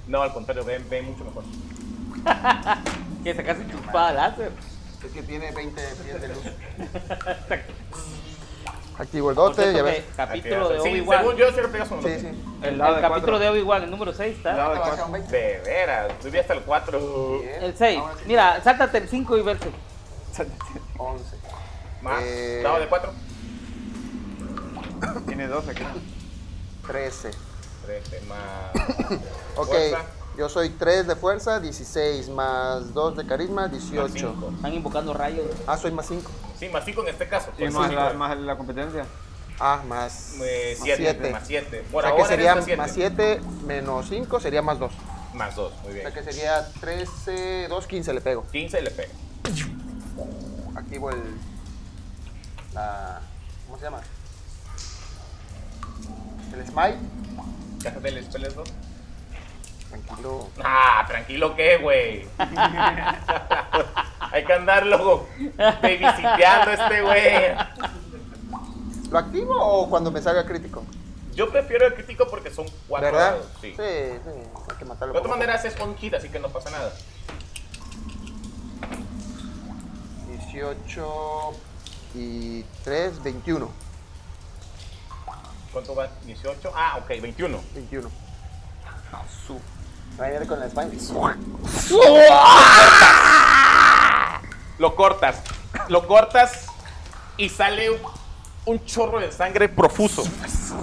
No, al contrario, ven, ven mucho mejor. Que sacaste tu espada láser. Es que tiene 20 pies de luz. Activo el dote, ya Cierto ves. que capítulo de Sí, Obi-Wan. según yo, sí le pegas uno. Sí, sí. El, lado de capítulo cuatro. de Obi-Wan, el número 6, El ¿está? lado de Ahora va a ser cuatro. un 20. De veras, subí hasta el 4. Bien. El 6. Ahora sí. Mira, sáltate el 5 y ve el 6. 11. Más. Eh. Dado de 4. Tiene 12, creo. 13. 13 más. Ok. Fuerza, Yo soy 3 de fuerza, 16 más 2 de carisma, más 18. cinco. Están invocando rayos. Ah, soy más 5. Sí, más 5 en este caso. Y más la, más la competencia. Ah, más 7. más siete. eh, pues, Más 7. O Por sea que ahora sería eres más 7 menos 5 sería más 2. O Más 2, muy bien. sea que sería 13, 2, 15 le pego. 15 le pega. Activo el. La, ¿Cómo se llama? El smite. Cásate el Spell 2. Tranquilo. Ah, tranquilo que, güey. Hay que andarlo babysiteando a este güey. ¿Lo activo o cuando me salga crítico? Yo prefiero el crítico porque son cuatro ¿Verdad? dados, Sí. sí, hay que matarlo. De todas poco a maneras es con hit, así que no pasa nada. poco. 18 y 3, 21. ¿Cuánto va? 18. Ah, ok, 21. 21. Su. Va a venir con la espalda. y su- Lo cortas. Lo cortas y sale un- un chorro de sangre profuso.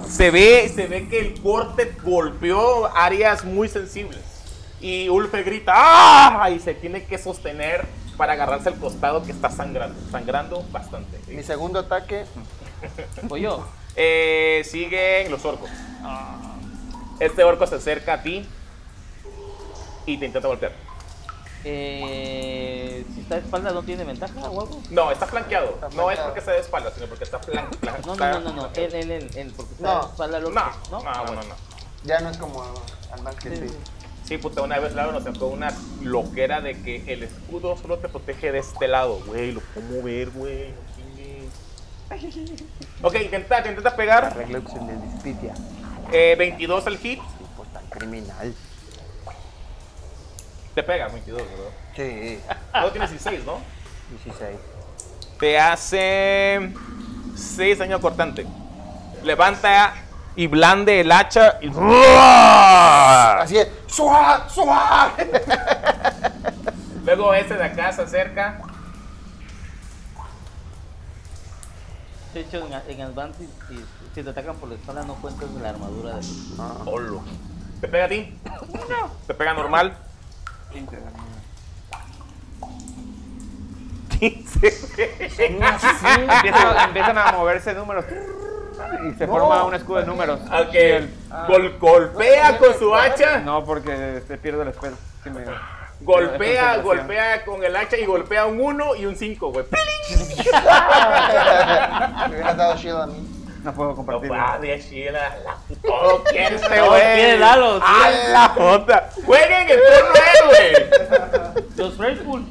Se ve, se ve que el corte golpeó áreas muy sensibles. Y Ulfe grita ¡Ah! Y se tiene que sostener para agarrarse al costado que está sangrando. Sangrando bastante. Mi segundo ataque. Voy yo. Eh, siguen los orcos. Este orco se acerca a ti y te intenta golpear. Eh, si está de espalda, no tiene ventaja, guapo. No, está flanqueado. Está no es flanqueado. porque se de espalda, sino porque está flanqueado. No, no, no, no, no. Él, él, él, él, porque está No. de espalda No, loco. no, ah, bueno, no. Ya no es como al más que sí. Sí, Sí, puta, una vez Laura nos sacó una loquera de que el escudo solo te protege de este lado, güey. Lo puedo ver, güey. no chingues. Ok, intenta, te intenta pegar. Arreglo que se le despidia. Eh, 22 al hit. Tipo tan criminal. Te pega, 22, bro. Sí, Solo tienes 16, ¿no? 16. Te hace 6 daño cortante. Levanta y blande el hacha y. Así es. ¡Suá! ¡Suá! Luego este de acá se acerca. De hecho, en, en Advance, si, si te atacan por la espalda, no cuentas la armadura de. Olo. ¿Te pega a ti? ¿Te pega normal? 15. Empiezan, empiezan a moverse números. Y se forma un escudo de números. Al que gol- golpea con su hacha. No, porque este, te pierdo la espera. Sí, me- Golpea, Concentración. golpea con el hacha y golpea un 1 y un 5, güey. Me hubieras dado shield a mí. No puedo No compartir. padre, Sheila. la- Todo quiere este Todo güey. quiere Lalo, sí. A la jota. Jueguen el turno de él, güey. Los Faithful.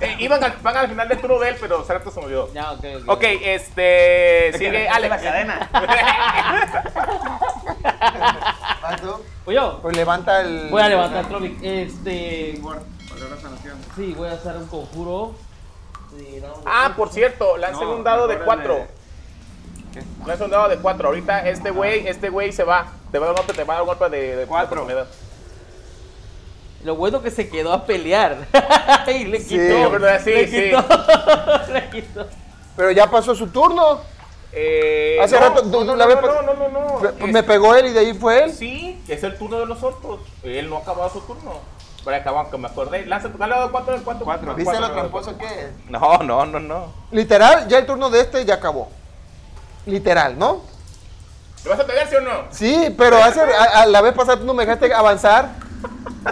Eh, iban al, van al final del turno de él, pero Certo se me olvidó. Ya, ok, ok. Ok, este. Sigue Alex. La cadena. ¿Paso? Voy yo. Pues levanta el. Voy a levantar Trovic. Este. Word, palabra sanación. Sí, voy a hacer un conjuro. Sí, no, Ah, por cierto, lancen No, un dado de mejor 4. en ¿Qué? Lancen un dado de 4. Ahorita este güey, este güey se va. Te va a dar un golpe, te va a dar un golpe de, de Cuatro. oportunidad. Lo bueno que se quedó a pelear. y le Sí, quitó. ¿verdad? Sí, le sí. quitó. le quitó. Pero ya pasó su turno. Eh, Hace no, rato, tú- no, tú la no, ves- no, no, no, no. Me- Es- Me pegó él y de ahí fue él. Sí, que es el turno de los otros. Él no ha acabado su turno. Pero acaban que me acordé. Lanza tu dado de 4 de 4. Cuatro. ¿Viste lo tramposo que es? No, no, no, no. Literal, ya el turno de este ya acabó. Literal, ¿no? ¿Le vas a pegar, sí o no? Sí, pero hace, a, a la vez pasada tú no me dejaste avanzar.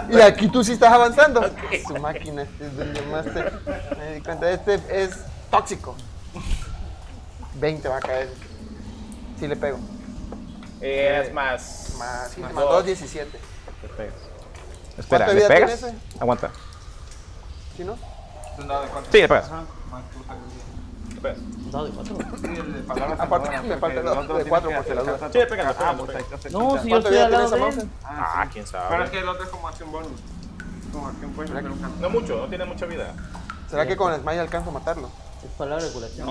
Y aquí tú sí estás avanzando. Su máquina, este es donde más te- me di cuenta. Este es tóxico. 20 va a caer. Sí le pego. Eh, es más. Más, más, dos. 2, 17. Te pegas. ¿Cuánta vida tiene Aguanta. ¿Sí no? Es un dado de cuatro. Sí, le pegas. Ajá, más tu sabiduría. Te pegas. No, de cuatro. Sí, el de palabra Aparte, sanadora, me porque falta el el dado otro de tiene cuatro que por si la duda. alcanzar- Sí, le pegas, le Ah, pegas, le pues ahí pegas. está No, cerquita. sí, yo ¿Cuánta estoy vida tiene al lado esa de mouse? él. Ah, quién sabe. Pero es que el otro es como acción bonus. Como acción bonus, pero nunca. No mucho, no tiene mucha vida. ¿Será que con el smile alcanzo a matarlo? Es palabra de curación.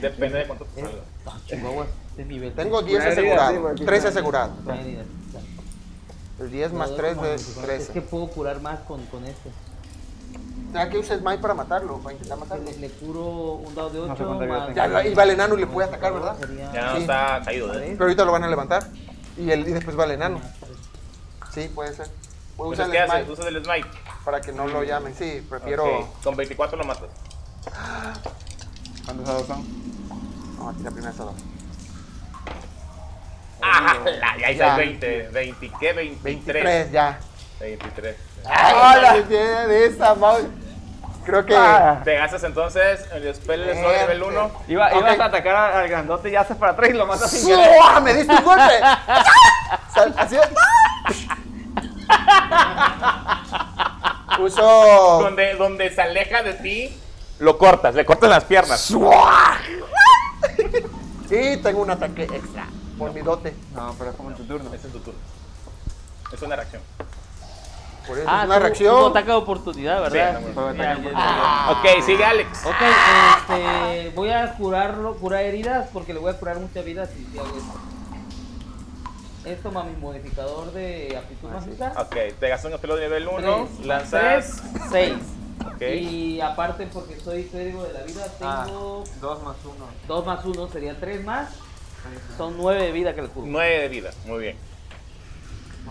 Depende de cuánto te Es, salga. ah, Chihuahua, es nivel. Tengo tres. 10 Una herida, sí, asegurado, porque 3 está- asegurado. Una herida. El 10 más No, 3 como- es Es que 13. puedo curar más con, con este. ¿Será que usa smile para matarlo? Para intentar matarlo. Le, le curo un dado de No sé 8 cuánta vida más. tengo. Ya, la- y vale enano y le puede atacar, ¿verdad? Sería- Ya no Sí. está caído, ¿eh? Pero ahorita lo van a levantar. Y, el, y después va el enano. Sí, puede ser. Voy a Pues, usar ¿Qué el haces? smite Usas el smite. para que no lo llamen. Sí, prefiero. Ok, Con 24 lo matas. ¿Cuántos dados son? Vamos a tirar primero esta dos. ¡Ah! la- Ya hice Ya. 20. ¿20 qué? 23. 23 ya. 23. ¡Hola! De esa mouse. Creo que. Ah. Te gastas entonces el spell de Verde. nivel 1. Iba, Ok. Ibas a atacar al, al grandote y haces para atrás y lo matas ¡Ah! sin querer. ¡Sua! ¡Me diste un golpe! Sal- Así es. Uso. Donde, donde se aleja de ti, lo cortas, le cortas las piernas. ¡Suah! Y tengo un ataque extra por mi dote. No, pero es como en tu turno. Ese es tu turno. Es una reacción. Por eso Ah, es una tú- tú reacción. ataque de oportunidad, ¿verdad? Sí, Fue Ah, Ya, ataque ya, por- Ah. ya. Ah. Ok, sigue Alex. Ok, este, voy a curarlo, curar heridas porque le voy a curar muchas vidas si si hago esto. Esto más mi modificador de aptitud mágica. Ok, te gastas un pelo de nivel 1, Tres, lanzas. tres, seis. Ok. Y aparte porque soy clérigo de la vida, Ah, tengo dos más uno. dos más uno, serían tres más. Son nueve de vida que le curo. 9 de vida, muy bien.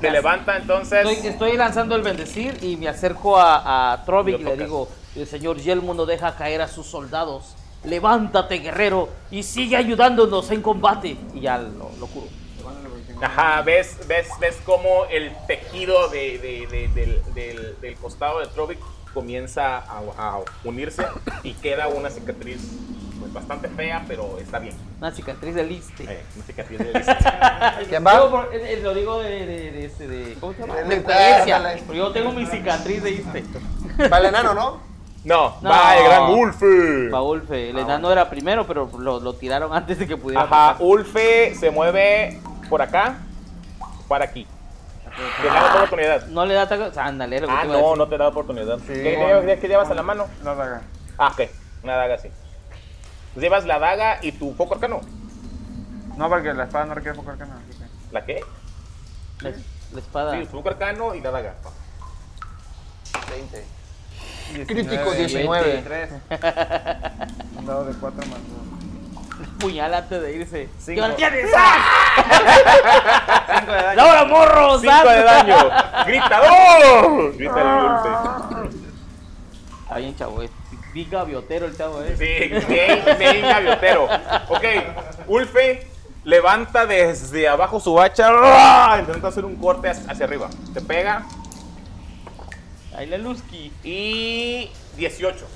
Te levanta entonces. Estoy, estoy lanzando el bendecir y me acerco a, a Trovic Lo y le tocas. digo, el señor Yelmo no deja caer a sus soldados. Levántate, guerrero, y sigue ayudándonos en combate. Y ya lo, lo curo. Ajá, ves, ves, ves cómo el tejido de, de- de- del, del- del costado de Trovic comienza a, a unirse y queda una cicatriz pues, bastante fea, pero está bien. Una cicatriz de liste. Eh, una cicatriz de lista. ¿Quién va? Digo, por- eh, eh, lo digo de, de- de- este, de- ¿cómo se llama? De De experiencia. experiencia. Porque Yo tengo mi cicatriz de liste. Vale, enano, ¿no? No, No. va el gran Ulfe. Va Ulfe, el enano era primero, pero lo, lo tiraron antes de que pudiera. Ajá, pasar. Ulfe se mueve por acá, para aquí. Te da otra oportunidad. No le da ataque. o sea, ándale, era lo que Ah, te iba a no, decir. no te da oportunidad. Sí. ¿Qué, llevas- qué llevas a la mano? La daga. Ah, ok, una daga así. Llevas la daga y tu poco arcano. No, porque la espada no requiere poco arcano. así que- ¿La qué? La, la Ah. espada. Sí, pues. tu arcano y la daga. 20. 19, Crítico 19. 23. Un dado de 4 más 2. Puñal antes de irse. Cinco. ¡Que lo tienes! ¡Ahora morro! ¡Cinco de daño! ¡Gritador! Ah. Grita el dulce. Está bien, chavo. Es big gaviotero el chavo, eh. Sí, bien, bien gaviotero. Ok, Ulfe levanta desde abajo su hacha. ¡ah! Intenta hacer un corte hacia hacia arriba. Te pega Ahí la Luzki. y 18.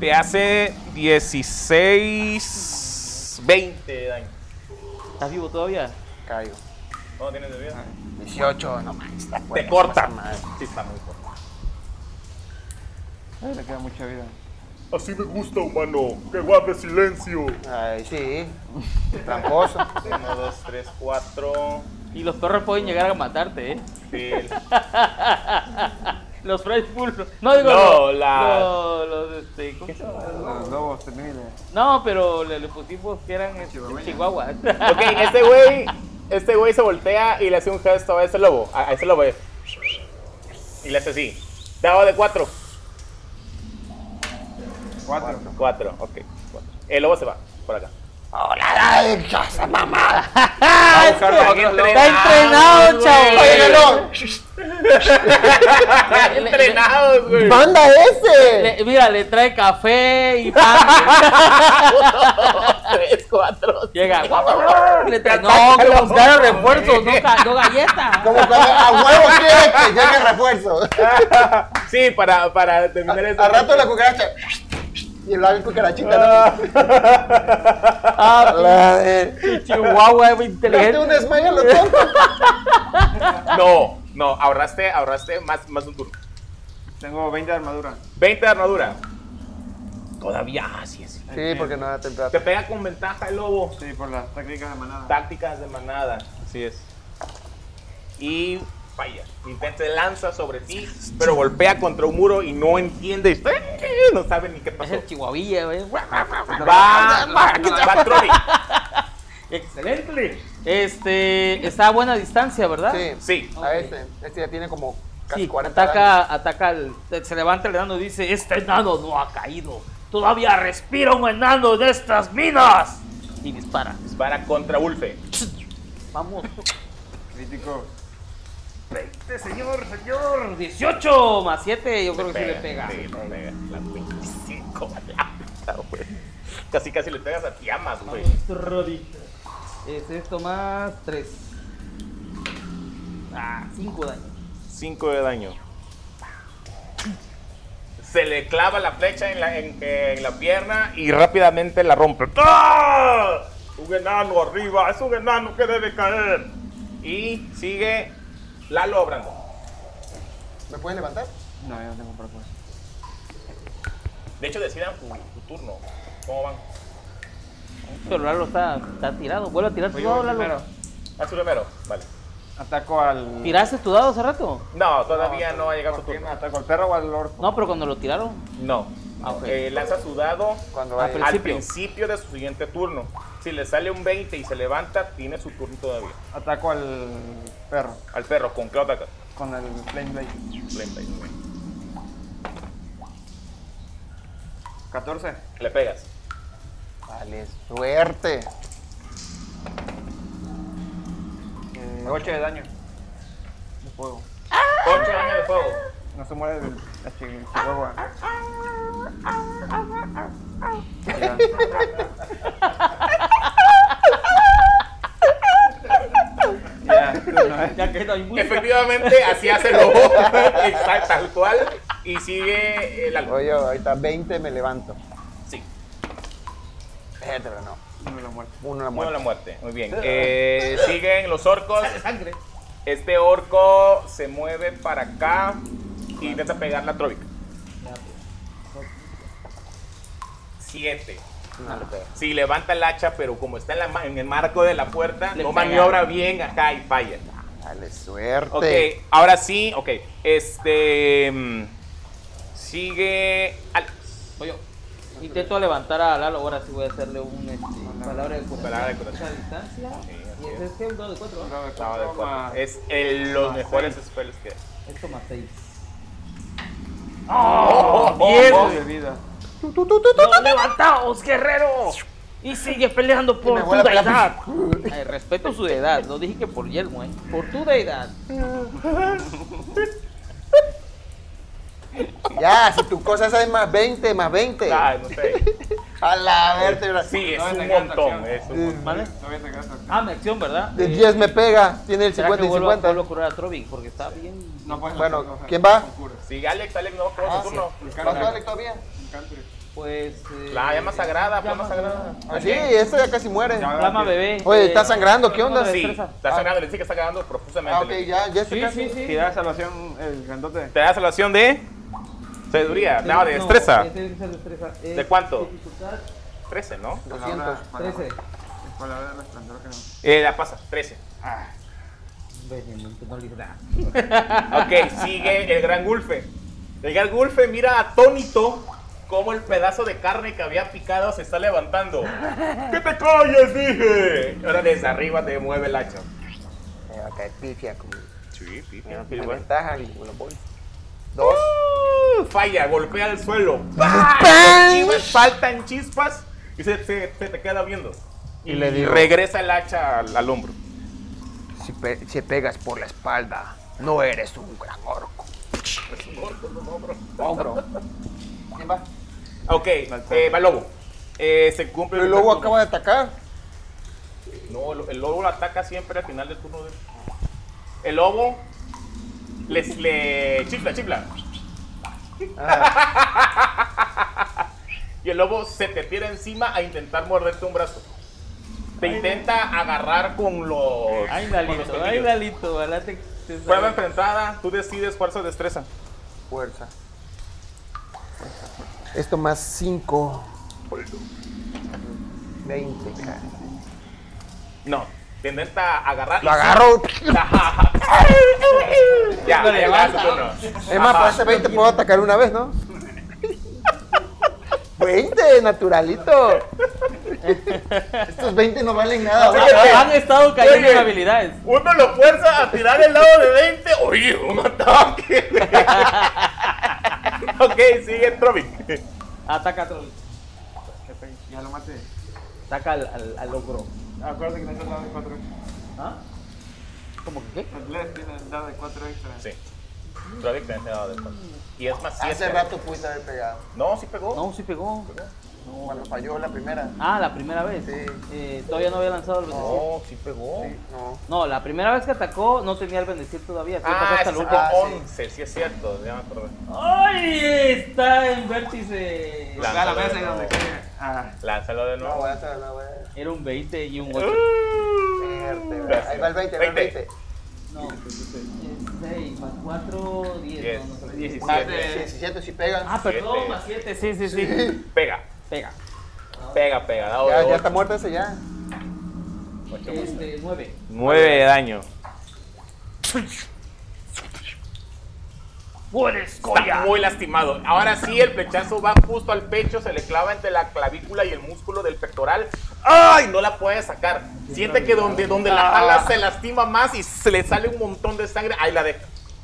Te hace 16. 20 de daño. ¿Estás vivo todavía? Caigo. No tienes de vida. 18, no más. Está Te fuerte, corta. no Ah, pasa nada. Sí, está muy corta. Ay, le queda mucha vida. Así me gusta, humano. Que guarde silencio. Ay, sí. Tramposo. 1, 2, 3, 4. Y los perros pueden llegar a matarte, eh. Los Fred Full. No digo. No, los- la- Los, los, este, ¿cómo se llama? Los lobos temibles. No, pero le, le pusimos que eran este, chihuahuas. Ok, este güey. Este güey se voltea y le hace un gesto a ese lobo. A, a ese lobo. eh. Y le hace así. Dado de 4. 4. 4, ok. cuatro. El lobo se va por acá. ¡Ah, buscar a esto! alguien Está entrenado, güey. chavo. Oye, Oye, no. Están le- entrenados, güey. ¡Manda ese! Le- mira, le trae café y pan. 3, 4. Llega. le trae, no, que buscaron refuerzos, no, ca- no galletas. Como cuando a huevo quiere que llegue el refuerzo. Sí, para, para terminar este esto. Al rato la cucaracha. Y el ave cucarachita. ¿no? Ah, La de- pinche Chihuahua es muy Hazte inteligente. un desmayo, lo tonto. No, no, ahorraste, ahorraste más, más un turno. Tengo 20 de armadura. 20 de armadura. Todavía, así es. Sí, porque no era temprano. Te pega con ventaja el lobo. Sí, por las técnicas de manada. Tácticas de manada. Así es. Y falla. Intenta se lanza sobre ti, pero golpea contra un muro y no entiende. No sabe ni qué Es pasó. el chihuahua, güey. Va, va, va Trovi. Excelente. Este, está a buena distancia, ¿verdad? Sí. Sí. A este. Este ya tiene como casi Sí, 40 años. ataca, ataca al- se levanta el enano y dice, este enano no ha caído. Todavía respira un enano de estas minas. Y dispara. Dispara contra Ulfe. Vamos. Crítico. 20, Este señor, señor. 18 más 7, yo creo que sí le pega. Sí, le pega. La 25 la puta, güey. Casi, casi le pegas a tiamas, güey. Es esto más 3. Ah, 5 daños. 5 de daño. Se le clava la flecha en la, en- en la pierna y rápidamente la rompe. ¡Ah! Un enano arriba, es un enano que debe caer. Y sigue Lalo o Brandon. ¿Me pueden levantar? No, yo no tengo propuesta. De hecho, decidan tu, tu turno. ¿Cómo van? Pero Lalo Este está, está tirado. Vuelve a tirar tu Voy dado, yo Lalo. primero. Haz tu primero. Vale. Ataco al. ¿Tiraste tu dado hace rato? No, todavía no, ha llegado su ¿Por qué turno. me ataco al perro o al orco? No, pero cuando lo tiraron. No. Ah, ok. Eh, lanza su dado Cuando Ah, vaya. pero- al Principio. principio de su siguiente turno. Si le sale un 20 y se levanta, tiene su turno todavía. Ataco al perro Al perro, con Cloud Attack. con el Flame Blade. 39. 14. Le pegas. Vale, suerte. 8 eh, de daño. De fuego. 8 daño de fuego. No se muere del este, el fuego. eh. Ya. Ya, tú no, eh. Ya que no hay música. Efectivamente, así hace el lobo. Exacto, tal cual. Y sigue el algo. Oye, ahorita 20 me levanto. Sí, Espérate, pero no. No lo muerto. Uno la uno muerte. la muerte. Muy bien. Eh, siguen los orcos. Este orco se mueve para acá y intenta pegar la tróbica. Siete. Sí, levanta el hacha, pero como está en, la ma- en el marco de la puerta, Le no pega. maniobra bien acá y falla. Dale, suerte. Ok, ahora sí, ok. Este. mm, Sigue. Al, Voy yo. Intento levantar a Lalo. Ahora sí voy a hacerle un este, palabra de corazón. Palabra de corazón. A distancia. Sí, así Y ese es que el 2 de 4. No, de no, de cuatro cuatro. más. Es el- los más mejores spells que. Esto más 6. ¡Oh! diez. Dos de vida. ¡No, levantaos, guerrero! Y sigue peleando Y me por tu voy a pegar. deidad. Ay, respeto su deidad. No dije que por Yelmo, eh. Por tu deidad. Ya, si tu cosa esa es más 20, más 20. Ah, no sé. A la vértebra. Sí, es No, un esa carta, montón. sí. Es un montón. Eh, ¿Vale? Todavía te quedas acá. Ah, mi acción, ¿verdad? De Eh, 10 me pega. Tiene el ¿será 50 que y vuelvo a- 50. vuelvo a curar a Trovic? Porque está bien. No puedes Bueno, hacer cosas. ¿quién va? Concurre. Sigue Alex, Alex, no, ¿cómo Ah, tu turno? ¿Cuánto vale todavía? Concurre. Pues. eh, La llama sagrada, llama llama sagrada. Ah, Sí, este ya casi muere. Ya, Llama bebé. Oye, está Eh, sangrando, ¿qué onda? Sí, destreza. está sangrando, le dice que está ganando profusamente. Ah, ok, ya, ya este Sí, casi. sí, sí. Tira de salvación el grandote. Te da salvación de sabiduría, no, de destreza. No, eh. tiene que ser destreza. Es ¿De cuánto? dificultad 13, ¿no? 200. Palabra- 13. Palabra del resplandor que no- Eh, la pasa, 13. Benimento, no le da. Ok, sigue el gran Gulfe. El gran Gulfe mira atónito cómo el pedazo de carne que había picado se está levantando. ¡Que te calles, dije! Ahora desde arriba te mueve el hacha. Me va a caer Eh, pifia conmigo. Sí, sí, Me ventaja y me lo voy. Dos. Uh, Falla, golpea al suelo. ¡Pah! Las chivas Saltan chispas y se, se- se te queda viendo. Y le digo- regresa el hacha al, al hombro. Si, pe- si pegas por la espalda, no eres un gran orco. Hombro. ¿Quién va? Ok, eh, va el lobo. Eh, se cumple Pero el lobo turno. acaba de atacar. No, el- el lobo lo ataca siempre al final del turno de él. El lobo les le chifla, chifla. Ah. y el lobo se te tira encima a intentar morderte un brazo. Te intenta agarrar con los. Ay, con los Lalito, ay, pelillos. Lalito, ojalá te- te Prueba salga. enfrentada, tú decides fuerza o destreza. Fuerza. Esto más 5. 20, cara. No, te intenta agarrar. Lo agarro. ya, ya Lo vas, levanta. tú no. Es más, para ese 20 puedo atacar una vez, ¿no? 20, naturalito. Estos 20 no valen nada. Ah, ¿verdad? ah, Han estado cayendo en Oye. habilidades. Uno lo fuerza a tirar el lado de 20. Oye, un ataque. ok, sigue Trovic. Ataca a Trovic. Jefe, Ya lo maté. Ataca al, al, al ogro. Acuérdate que no es el dado de 4 extra. ¿Ah? ¿Cómo que qué? El Bless tiene el dado de 4 extra. Sí. Trovic te ha dado de cuenta. Y es más 7. Hace rato pudiste haber pegado. No, sí pegó. No, sí pegó. Cuando falló la primera. Ah, la primera vez. Sí. Eh, todavía no había lanzado pues, el bendecir. No. No, sí pegó. No. la primera vez que atacó no tenía el bendecir todavía. Así que pasó Ah, hasta es el último. ah, sí. 11, sí es cierto. Ya me acordé. ¡Ay! Está en vértice. La- Pega la mesa y donde ah, caiga. Ah, Lánzalo de No, nuevo. voy a hacer, no, voy a hacer. Era un 20 y un Uh, 8. Verte, Ahí va el 20, va el 20. 20. No, pues, 6 más 4, 10. Diez. no, no, no, Diecisiete. Ah, 17 si pegan. Ah, perdón, Siete. más 7, sí, sí, sí. Pega, Pega. pega, pega. Dado ya, de ya ocho. está muerto ese ya. Ocho más Este, 9. Nueve de daño. Está muy lastimado. Ahora sí, el flechazo va justo al pecho, se le clava entre la clavícula y el músculo del pectoral. ¡Ay! No la puede sacar. Siente que donde, donde la Ah. jala se lastima más y se le sale un montón de sangre. Ahí la deja.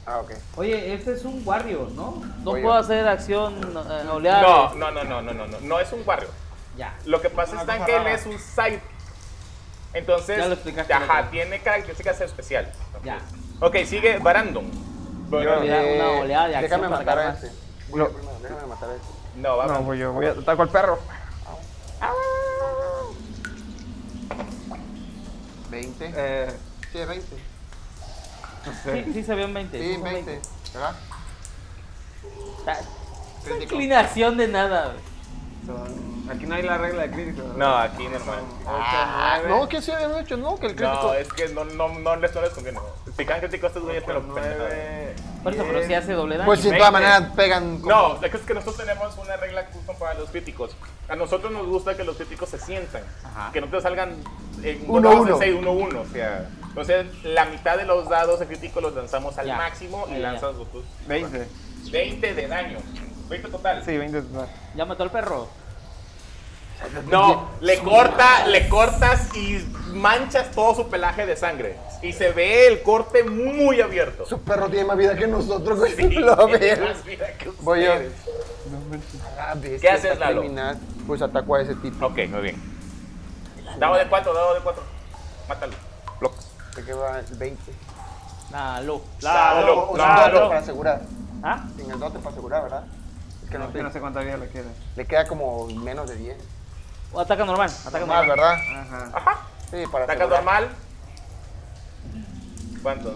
Ah, ok. Oye, este es un warrior, ¿no? No Oye. puedo hacer acción eh, oleada. No, no, no, no, no, no, no. No es un barrio. Ya. Lo que pasa es que él es un side. Entonces, Ya lo explicaste, ajá, loco. tiene características especiales. Ya. Ok, sigue Barandon. Yo- Una Eh, oleada de acción Déjame para matar a cargar. este. No. Voy yo primero, Déjame matar a este. No, va. No, voy yo, voy a atacar al perro. Ah. 20. Eh, Sí, 20. no sé. Sí, sí se ve un 20. Sí, son 20. ¿Verdad? Ta- No hay Crítico. inclinación de nada. güey. Son- Aquí no hay la regla de crítico. ¿verdad? No, aquí normal. Ocho, Ah, nueve. no, que sí habían hecho, no, que el crítico. No, es que no, no, no les, no les conviene. Si caen crítico a estos güeyes, pero Pues, pendejadas. Por eso, pero si hace doble daño. pues si de 20. todas maneras pegan. con- No, es que nosotros tenemos una regla custom para los críticos. A nosotros nos gusta que los críticos se sientan. Ajá. Que no te salgan eh, en Uno, dos, uno. en seis, uno, uno, O sea, entonces la mitad de los dados de crítico los lanzamos al Ya. máximo y Ya, ya, ya. lanzas los tus 20. 20 de daño. 20 total. Sí, 20 total. Ya mató al perro. No, le corta, le cortas y manchas todo su pelaje de sangre. Y se ve el corte muy abierto. Su perro tiene más vida que nosotros, güey. Sí, Lo tiene ves. más vida que Voy yo. ustedes. Ah, bestia, ¿Qué haces, está Lalo? criminal. Pues atacó a ese tipo. Ok, muy bien. Dado de 4, dado de 4. Mátalo. Se queda el 20. Lalo. O- o sin dote para asegurar. ¿Ah? Sin el dote para asegurar, ¿verdad? Es que no, No, que te- no sé cuánta vida le queda. Le queda como menos de 10. O ataca normal. Ataca Más, normal. ¿verdad? Ajá. Ajá. Sí, para Ataca asegurar. normal. ¿Cuántos?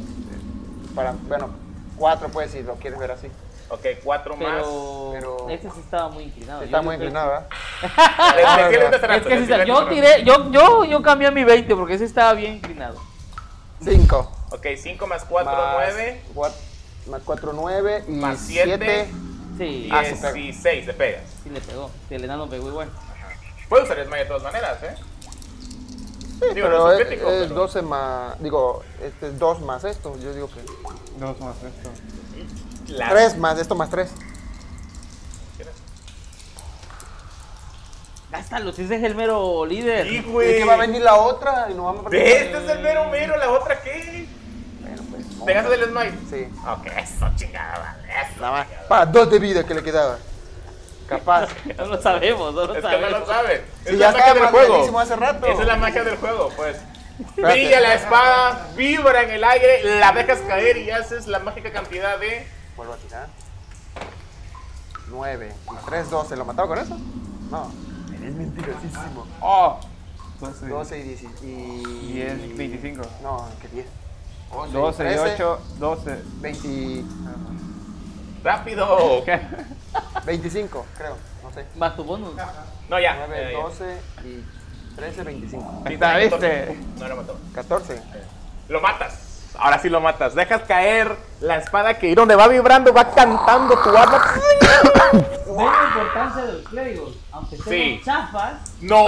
Para, bueno, 4 pues si lo quieres ver así. Ok, 4 más. Pero, Pero- este sí estaba muy inclinado. Está Yo- muy yo- inclinado, ¿verdad? Le- le sirve de Es trato, que le sí, sirve de yo trato. tiré, yo, yo, yo cambié mi 20 porque ese estaba bien inclinado. 5. Ok, 5 más 4, 9. Más 4, 9. Y Más 7. siete. Sí, Ah, sí, pega. 16, le pegas. sí le pegó. Sí, el enano pegó igual. Puedes usar el smite de todas maneras, ¿eh? Sí, Digo, pero no es es, un crítico, es pero- 12 más. Digo, este, 2 más esto. Yo digo que. Dos más esto. La- 3 más esto más 3. Gástalo, si ese es el mero líder. Sí, Y güey. que va a venir la otra y nos vamos a perder. Este es el mero mero, la otra qué. Bueno, pues. vamos. ¿Te gastas el smite? Sí. Ok, eso chingada, vale, eso. Nada más. Para 2 de vida que le quedaba. Capaz. No lo sabemos, no lo Es que no sabemos. lo sabes. Si es ya la magia estaba del juego. malísimo hace rato. Esa es la magia del juego, pues. Espérate. Brilla la espada, vibra en el aire, la dejas caer y haces la mágica cantidad de. Vuelvo a tirar. 9 y 3, 12. ¿Lo mataba con eso? No. Eres mentirosísimo. ¡Oh! 12. 12 y 10. Y... 10, 25. No, que 10. 11, 12 y 8, 12. 20, ¡Rápido! ¿Qué? 25, creo. No sé. Más tu bonus. No, ya. 9, ya, ya. 12 y 13, 25. Sí, Está, ya, ¿viste? No lo mató. 14. Lo matas. Ahora sí lo matas. Dejas caer la espada que donde va vibrando, va cantando tu arma. ¿Ves la importancia de los clérigos? Aunque sean Sí. chafas, No,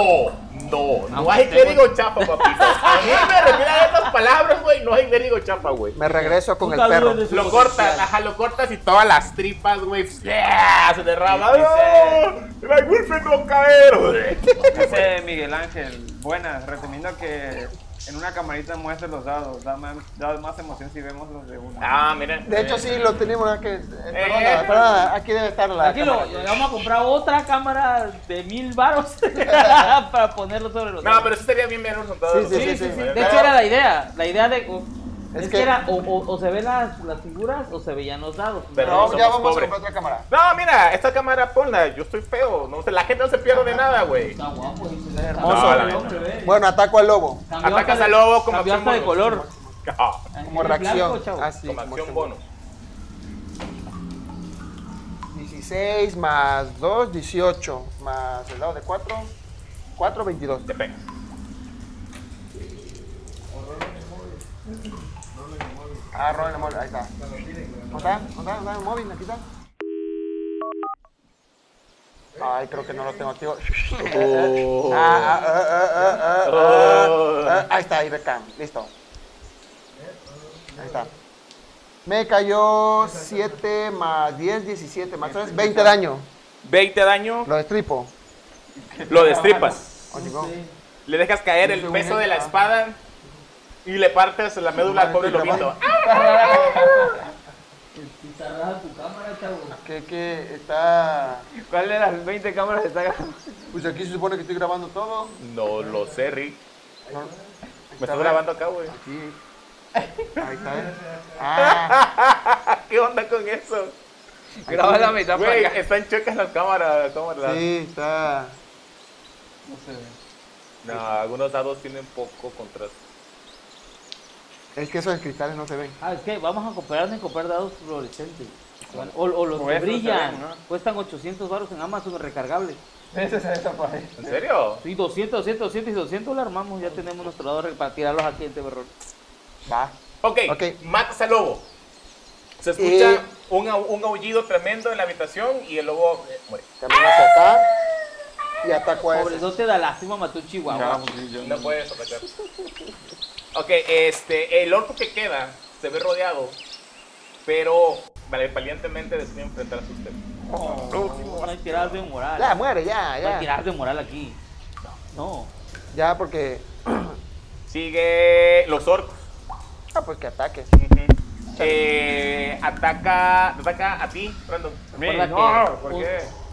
no, no hay clérigo chapa, papito. A mí me refiero a esas palabras, güey. No hay clérigo chapa, güey. Me regreso con el Nunca perro. dudes de su Lo potencial. cortas, ajá, lo cortas y todas las tripas, güey, ¡fla! se derrama. Sí, ¡No! ¡La Wilfred no va a caer! güey! Dice Miguel Ángel, buenas, recomiendo que en una camarita muestres los dados, da más, da más emoción si vemos los de uno. Ah, mira. De hecho, sí, lo tenemos aquí. Eh, perdona, Eh. perdona, aquí debe estar la. Tranquilo, cámara. vamos a comprar otra cámara de mil baros para ponerlo sobre los. No, pero eso sería bien bien resultado. Sí, sí, sí, sí. De hecho, era la idea. La idea de. o- Es es, que- que era o, o- o se ven las, las figuras o se veían los dados. Pero No, somos ya vamos pobres. a comprar otra cámara. No, mira, esta cámara ponla, yo estoy feo. No, sé, la gente no se pierde de nada, güey. Está guapo, dice, está hermoso. guapo el No, la hombre, ve. Bueno, ataco al lobo. Cambió Atacas hasta al de- lobo como cambió hasta de acción color. Ah, Como Es reacción. blanco, chavo. Así, Con como acción acción. bonus. 16 más 2, 18. Más el lado de 4, 4, 22. Te pega. Ah, Robin el móvil, ahí está. ¿Dónde está? ¿Dónde está? ¿Dónde está el móvil? Aquí está. Ay, creo que no lo tengo activo. Ah, ah, ah, ah, ah, ah, ah, ah. Ahí está, ahí Beckham. Listo. Ahí está. Me cayó 7 más 10, 17 más 3, 20 daño. 20 daño, Lo destripo. lo destripas. O digo, Le dejas caer el peso de la espada y le partes la médula al pobre lobito. Ah, que, que está. ¿Cuál de las 20 cámaras está grabando? Pues aquí se supone que estoy grabando todo. No lo sé, Rick. No, Me estás grabando acá, güey. Aquí. Ahí está. ¿eh? Ah, ¿Qué onda con eso? Graba la mitad para Güey, acá. están chocas las cámaras. cámaras. sí, está. No, algunos dados tienen poco contraste. Es que esos cristales no se ven. Ah, es que vamos a comprarnos en comprar dados fluorescentes. O, o los O que esos brillan. también, ¿no? Cuestan 800 baros en Amazon recargables. Ese se desaparece. ¿En serio? Sí, 200, 200, 200 y 200 lo armamos. Ya tenemos nuestro dado re- para tirarlos aquí en Teberrón. Va. Ok, Ok. matas al lobo. Se escucha Eh. un, au- un aullido tremendo en la habitación y el lobo eh, muere. Camino hacia acá. Y ataco a Pobre, ese. no te da lástima, mató un chihuahua. No puedes atacar. Ok, este, el orco que queda se ve rodeado, pero vale, valientemente decide enfrentar a sus temas. No hay tiradas de moral. Ya, muere, ya, no hay ya. tiradas de moral aquí. No. Ya, porque. Sigue los orcos. Ah, pues que ataque. Ujú. Eh, ataca, te ataca a ti, Brandon. Recuerda no, que ¿por un- ah, qué?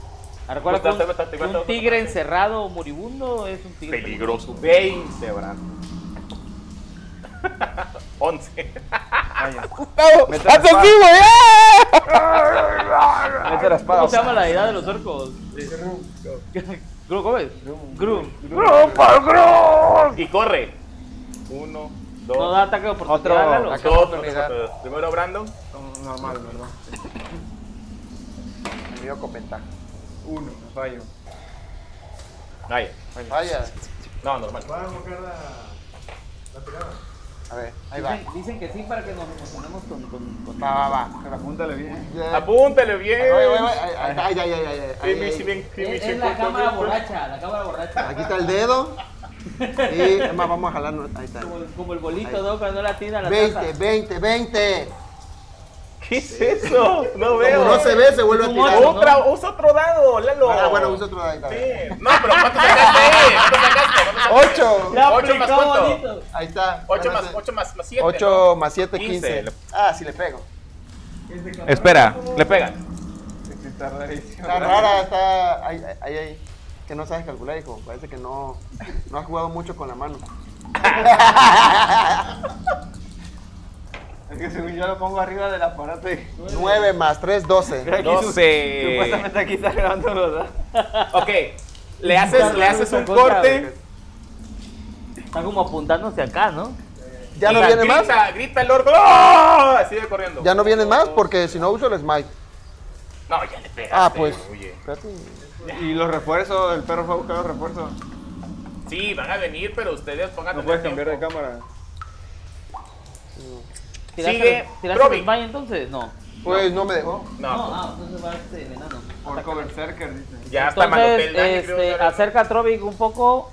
Recuerda que Bastante, bastante, un, un bastante, tigre bastante. encerrado o moribundo es un tigre. Peligroso. 20, Brandon. 11. ¡Hazlo vivo, ya! Mete la espada. ¿Cómo se llama la deidad de los orcos? Grum. ¿Cómo es? Grum. Y corre. 1, No 2, da ataque de oportunidad. Otro Lalo. ataque. dos. oportunidad. tres. Primero Brandon. Normal, ¿verdad? Me dio con ventaja. Uno, fallo. Ay, Vaya. no, normal. Va a invocar la, la tirada. A ver, ahí va. Dicen, dicen que sí para que nos emocionemos con, con, con- Va, va, va. Pero apúntale bien. Ya. Apúntale bien. Ay, ay, ay, ay, ay, ay, ay, ay, ay, Finish, ay. bien, finish, Es, es bien, la cámara bien, bien. borracha, la cámara borracha. Aquí está el dedo. Y además vamos a jalarnos. Ahí está. Como, como el bolito, ¿no? Cuando la tira a la 20, taza. 20, 20. ¿Qué es eso? No Como veo. no se ve, se vuelve a Como tirar. ¿no? Otra, usa otro dado, Lalo. Ah, bueno, usa otro dado. Sí. No, pero ¿cuánto sacaste ahí? ¿Cuánto sacaste? ¿Cuánto sacaste? 8. La Ocho más aplicó cuánto. bonito. Ahí está. 8 más 8 más 7. 8 más 7, 15. 15. Ah, sí le pego. Espera, le pegas. Está rarísimo. Está rara, está ahí, ahí, ahí. Que no sabes calcular, hijo. Parece que no, no has jugado mucho con la mano. Es que según yo lo pongo arriba del aparato y... 9 más 3, 12. Aquí su- Supuestamente aquí está grabando los datos. Ok. Le haces, le haces un corte. Está como apuntándose acá, ¿no? ¿Ya no y viene más? grita, Grita el orco. ¡Ah! Sigue corriendo. ¿Ya no vienen más? Porque si no uso el smite. No, ya le pegaste. Ah, pues. Oye. Espérate. Y los refuerzos, el perro fue a buscar los refuerzos. Sí, van a venir, pero ustedes pongan No puedes cambiar de cámara. ¿Tiraste Sigue el- ¿Tiraste Robin. el smite entonces? No. Pues no me dejó. No, No, ah, entonces va este el enano. Orco Berserker, dice. ya está mandote Entonces, el daño, creo, este, ya. acerca a Trovic un poco,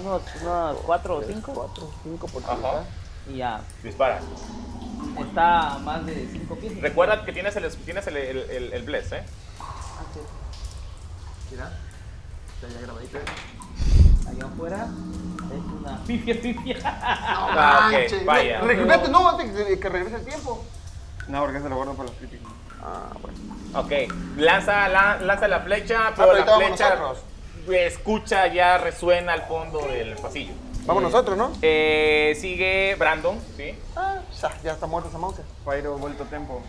unos, unos cuatro o cinco, 4, 5 por Ajá. y ya. Dispara. Está a más de cinco pies. Recuerda que tienes el, tienes el, el, el, el bless, ¿eh? Mira. Ya, ya grabadito. Allá afuera es una pifia, pifia. Ah, ok, Manche, vaya. No, regrete, no, antes que, que regrese el tiempo. No, porque se lo guardo para los críticos. Ah, bueno. Ok, lanza la, lanza la flecha, pero pero la ahorita vamos flecha nosotros. escucha ya resuena al fondo del pasillo. Vamos nosotros, ¿no? Eh, sigue Brandon, ¿sí? Ah, ya, ya está muerto esa mouse. Pyro, vuelto tempo.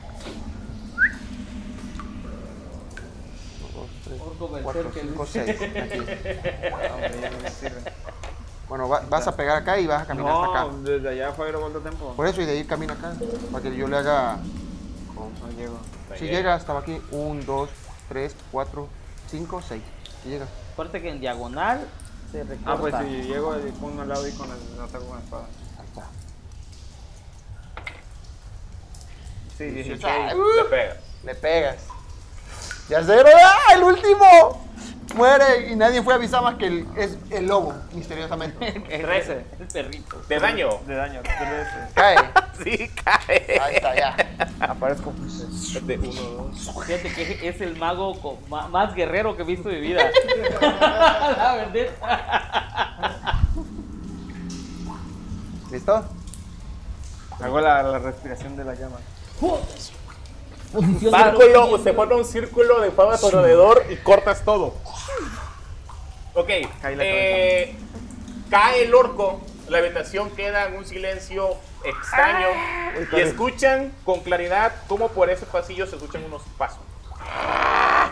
2, 3, Orco 4, Berserker. 5, 6. Aquí. Ah, hombre, ya no me sirve. Bueno, va- vas a pegar acá y vas a caminar hasta acá. No, desde allá Pyro, vuelto tempo. Por eso, y de ahí camina acá. Para que yo le haga. Oh, No llego. Si llega, estaba aquí. 1, 2, 3, 4, 5, 6. Si llega. Recuerda que en diagonal se recorta. Ah, pues si llego, eh, pongo al lado y con el ataco con la espada. Ahí está. Sí, 16. Ay, Te uh, pega. le pegas. Ya se ¡Ah, el último. Muere y nadie fue avisado más que el, es el lobo, misteriosamente. 13 El perrito. De daño. de daño, 13. Cae. Sí, cae. Ahí está, ya. Aparezco. De uno, dos. Fíjate que es el mago con- ma- más guerrero que he visto en mi vida. La verdad. ¿Listo? Hago la, la respiración de la llama. Posición de Círculo, usted forma un círculo de fuego a tu alrededor y cortas todo. Ok, Cae la eh, cae el orco, la habitación queda en un silencio extraño Ah. y escuchan con claridad cómo por ese pasillo se escuchan unos pasos. Ah.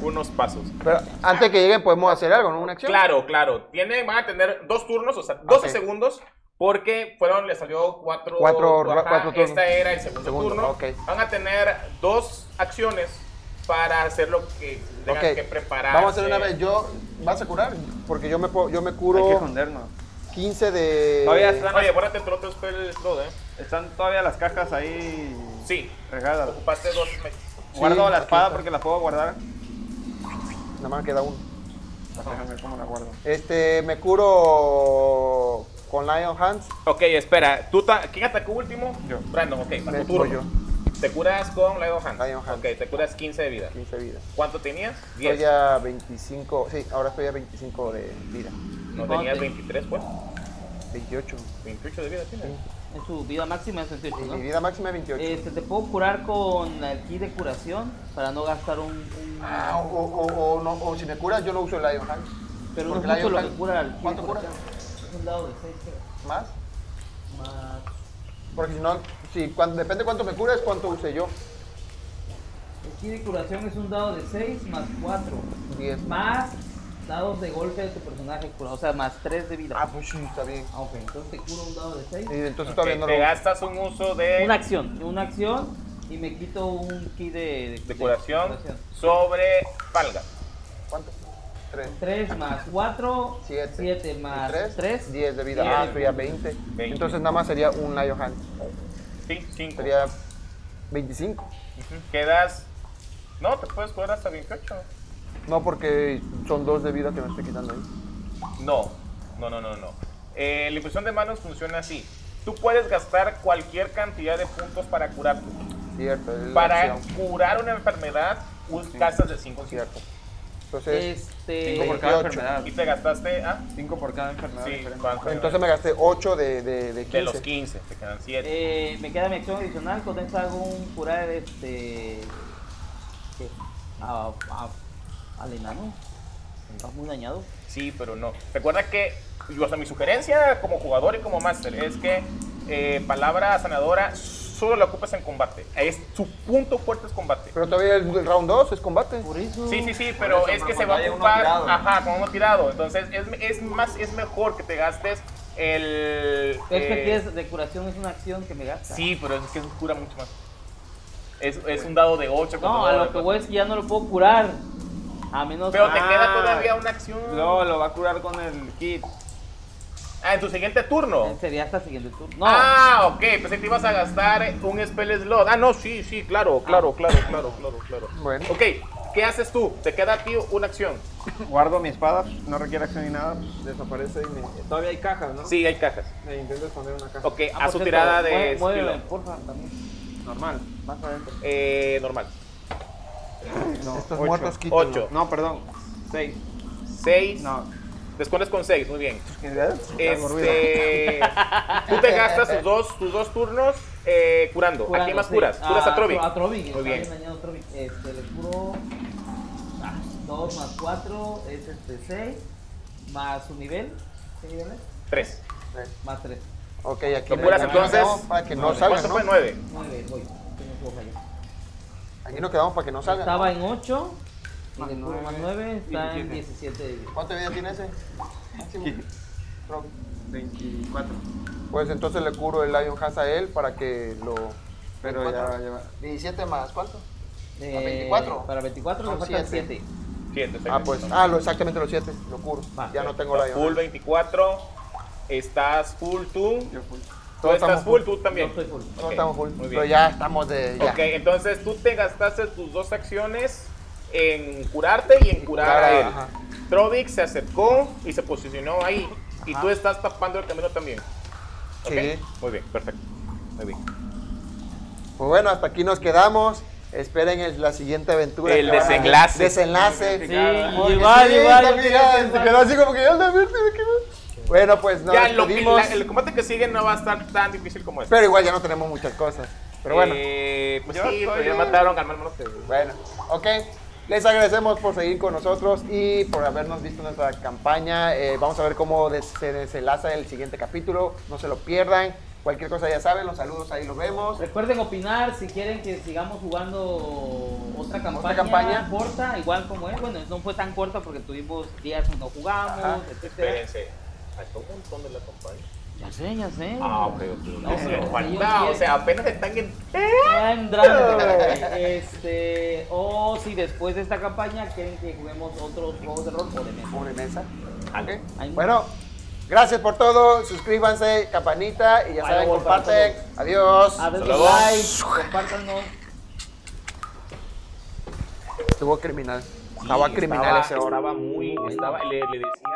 Unos pasos. Pero antes que lleguen podemos hacer algo, ¿no? Una acción. Claro, claro. Tiene, van a tener dos turnos, o sea, 12 Ok. segundos, porque fueron, le salió cuatro, Cuatro ro- ajá, cuatro turnos. Esta era el segundo, Segundo, turno. ok. Van a tener dos acciones para hacer lo que tengan Ok. que preparar. Vamos a hacer una vez. Yo, ¿Vas a curar? Porque yo me, puedo- yo me Hay que curo escondernos. 15 de... Todavía están, Oye, guárdate tu otro spell slot, ¿eh? están todavía las cajas ahí Sí. regadas. Ocupaste dos. me- Guardo la aquí espada está. porque la puedo guardar. Nada más queda uno. Déjame ver cómo la guardo. Este, me curo con Lion Hands. Ok, espera. ¿Tú ta- ¿Quién atacó último? Yo. Brandon, ok. Para Me tu turno. voy yo. Te curas con Lion Hand. Lion Hand. Ok, te curas 15 de vida. 15 vidas. ¿Cuánto tenías? 10. Estoy a 25, sí, ahora estoy a 25 de vida. No tenías 23, pues. 28. 28 de vida tienes. En su vida máxima es 28, Y ¿no? mi vida máxima es 28. Este, te puedo curar con el kit de curación para no gastar un. un- Ah, o, o, o, no, o si me curas, yo no uso el Lion Hands. pero no es porque mucho Lion lo que Hand- cura el kit de ¿Cuánto cura? curación. Es un dado de 6, ¿Más? más. Porque si no, si, cuando, depende cuánto me cura es cuánto use yo. El kit de curación es un dado de 6 más 4. 10. Más dados de golpe de tu personaje curado, o sea, más 3 de vida. Ah, pues sí, está bien. Ah, ok, entonces te curo un dado de 6. Y entonces todavía Ok, no te lo gastas un uso de, Una acción, una acción y me quito un kit de, de curación sobre falga. ¿Cuánto? 3, 3 más 4, 7, 7 más 3, 3, 10 de vida. diez. Ah, estoy a 20. Veinte. Entonces nada más sería un Lion Hand. Sí, 5. Sería 25. Quedas. No, te puedes curar hasta 28. No, porque son dos de vida que me estoy quitando ahí. No, no, no, no, no. Eh, la infusión de manos funciona así. Tú puedes gastar cualquier cantidad de puntos para curarte. Cierto. es la Para acción. curar una enfermedad, us- gastas de 5 Cierto. Entonces, Cinco Este, por cada 28. enfermedad. Y te gastaste, ah, 5 por cada enfermedad. sí, diferente. cuánto, entonces me gasté 8 de, de, de 15. de los 15, te quedan 7. eh, me queda mi acción adicional, con esto hago un curar este ¿qué? a, a, al enano. Estás muy dañado. Sí, pero no. Recuerda que, o sea, mi sugerencia como jugador y como máster es que eh, palabra sanadora solo la ocupas en combate. Es su punto fuerte es combate. Pero todavía el, el round 2 es combate. Por eso. Sí, sí, sí, pero eso, es que pero se va a cuando haya uno ocupar, tirado. ajá, con uno tirado. Entonces es, es más, es mejor que te gastes el. Es que eh, aquí es de curación es una acción que me gasta. Sí, pero es que eso cura mucho más. Es, es un dado de 8. No, a lo que voy es que ya no lo puedo curar. A menos Pero te Ah. queda todavía una acción. No, lo va a curar con el kit. Ah, en tu siguiente turno. Sería hasta el siguiente turno. No. Ah, ok, pensé que te ibas a gastar un spell slot. Ah, no, sí, sí, claro, claro, claro, claro, claro, claro. Bueno. Ok, ¿qué haces tú? Te queda a ti una acción. Guardo mi espada, no requiere acción ni nada. pues, Desaparece y me... Todavía hay cajas, ¿no? Sí, hay cajas. Me intento esconder una caja. Ok, Ah, por haz tu cierto, tirada de mueve- muévelo, estilo. porfa, también. Normal. Más adentro. Eh, normal. No, Estos ocho. muertos quitan. 8, No, perdón. 6. 6. No. Descuentas con 6, muy bien. Hago ruido. Este, tú te gastas tus dos, tus dos turnos eh, curando. ¿A quién más sí. curas? Curas a Ah, Trovi. A Trovi, está Muy bien. bien dañado Trovi. Este, le curo 2 más 4 es este 6 más su nivel. ¿Qué nivel es? 3. Más 3. Eh, Ok, aquí ¿Lo curas nos entonces? quedamos Para que no, salga, ¿Cuánto ¿no? fue? 9. 9, voy. que no puedo fallar. Aquí nos quedamos para que no salga. Estaba en 8. Más Más nueve, 9, más 9 está en 17. 17 de vida. ¿Cuánta vida tiene ese? Máximo. Rob. 24. Pues entonces le curo el Lion Hands a él para que lo... Pero ya lleva. 17 más, ¿cuánto? Eh, 24? Para 24 le Son faltan siete. 7. 7. Ah, pues, ah, lo, exactamente los 7, lo curo. Va. ya no tengo Lion Full Hands. 24. Estás full tú. Yo fui. Tú estás estamos full. full, tú también. Yo estoy full. No Ok, estamos full. muy bien. Pero ya estamos de. Ya. Ok, entonces tú te gastaste tus dos acciones en curarte y en curar Curar a- a él. ajá. Trovic se acercó y se posicionó ahí. Y tú estás tapando el camino también. Ok, Sí. Muy bien, perfecto. Muy bien. Pues bueno, hasta aquí nos quedamos. Esperen el- la siguiente aventura. El que van a- desenlace. Desenlace. Sí, Porque igual, sí, igual. también ya se quedó así como que ya la viste, me quedó. Bueno, pues nos ya, lo que- despedimos, la- el combate que sigue no va a estar tan difícil como este. Pero igual ya no tenemos muchas cosas. Pero bueno, Eh, pues Yo sí, estoy pues ya en- mataron al mal mono. bueno, ok. Les agradecemos por seguir con nosotros y por habernos visto nuestra campaña. Eh, vamos a ver cómo des- se desenlaza el siguiente capítulo. No se lo pierdan. Cualquier cosa ya saben, los saludos ahí los vemos. Recuerden opinar si quieren que sigamos jugando otra campaña, campaña. corta, igual como es. Bueno, no fue tan corta porque tuvimos días que no Ajá. jugamos, etcétera. Espérense. Faltó un montón de la campaña. Ya sé, ya sé. Ah, ok, ok. No, Eso pero no si falta, ellos o sea, apenas están en. Ah, en drama, ok. Este, o si después de esta campaña quieren que juguemos otros juegos de rol o de mesa. Pobre mesa. Algo. Ahí- Bueno, gracias por todo. Suscríbanse, campanita y ya Bye, saben, amor, para comparten. Adiós. A ver, Hasta luego. like, compártanos. Estuvo criminal. Estaba criminal ese oro. Estaba muy. Estaba, le, le decía.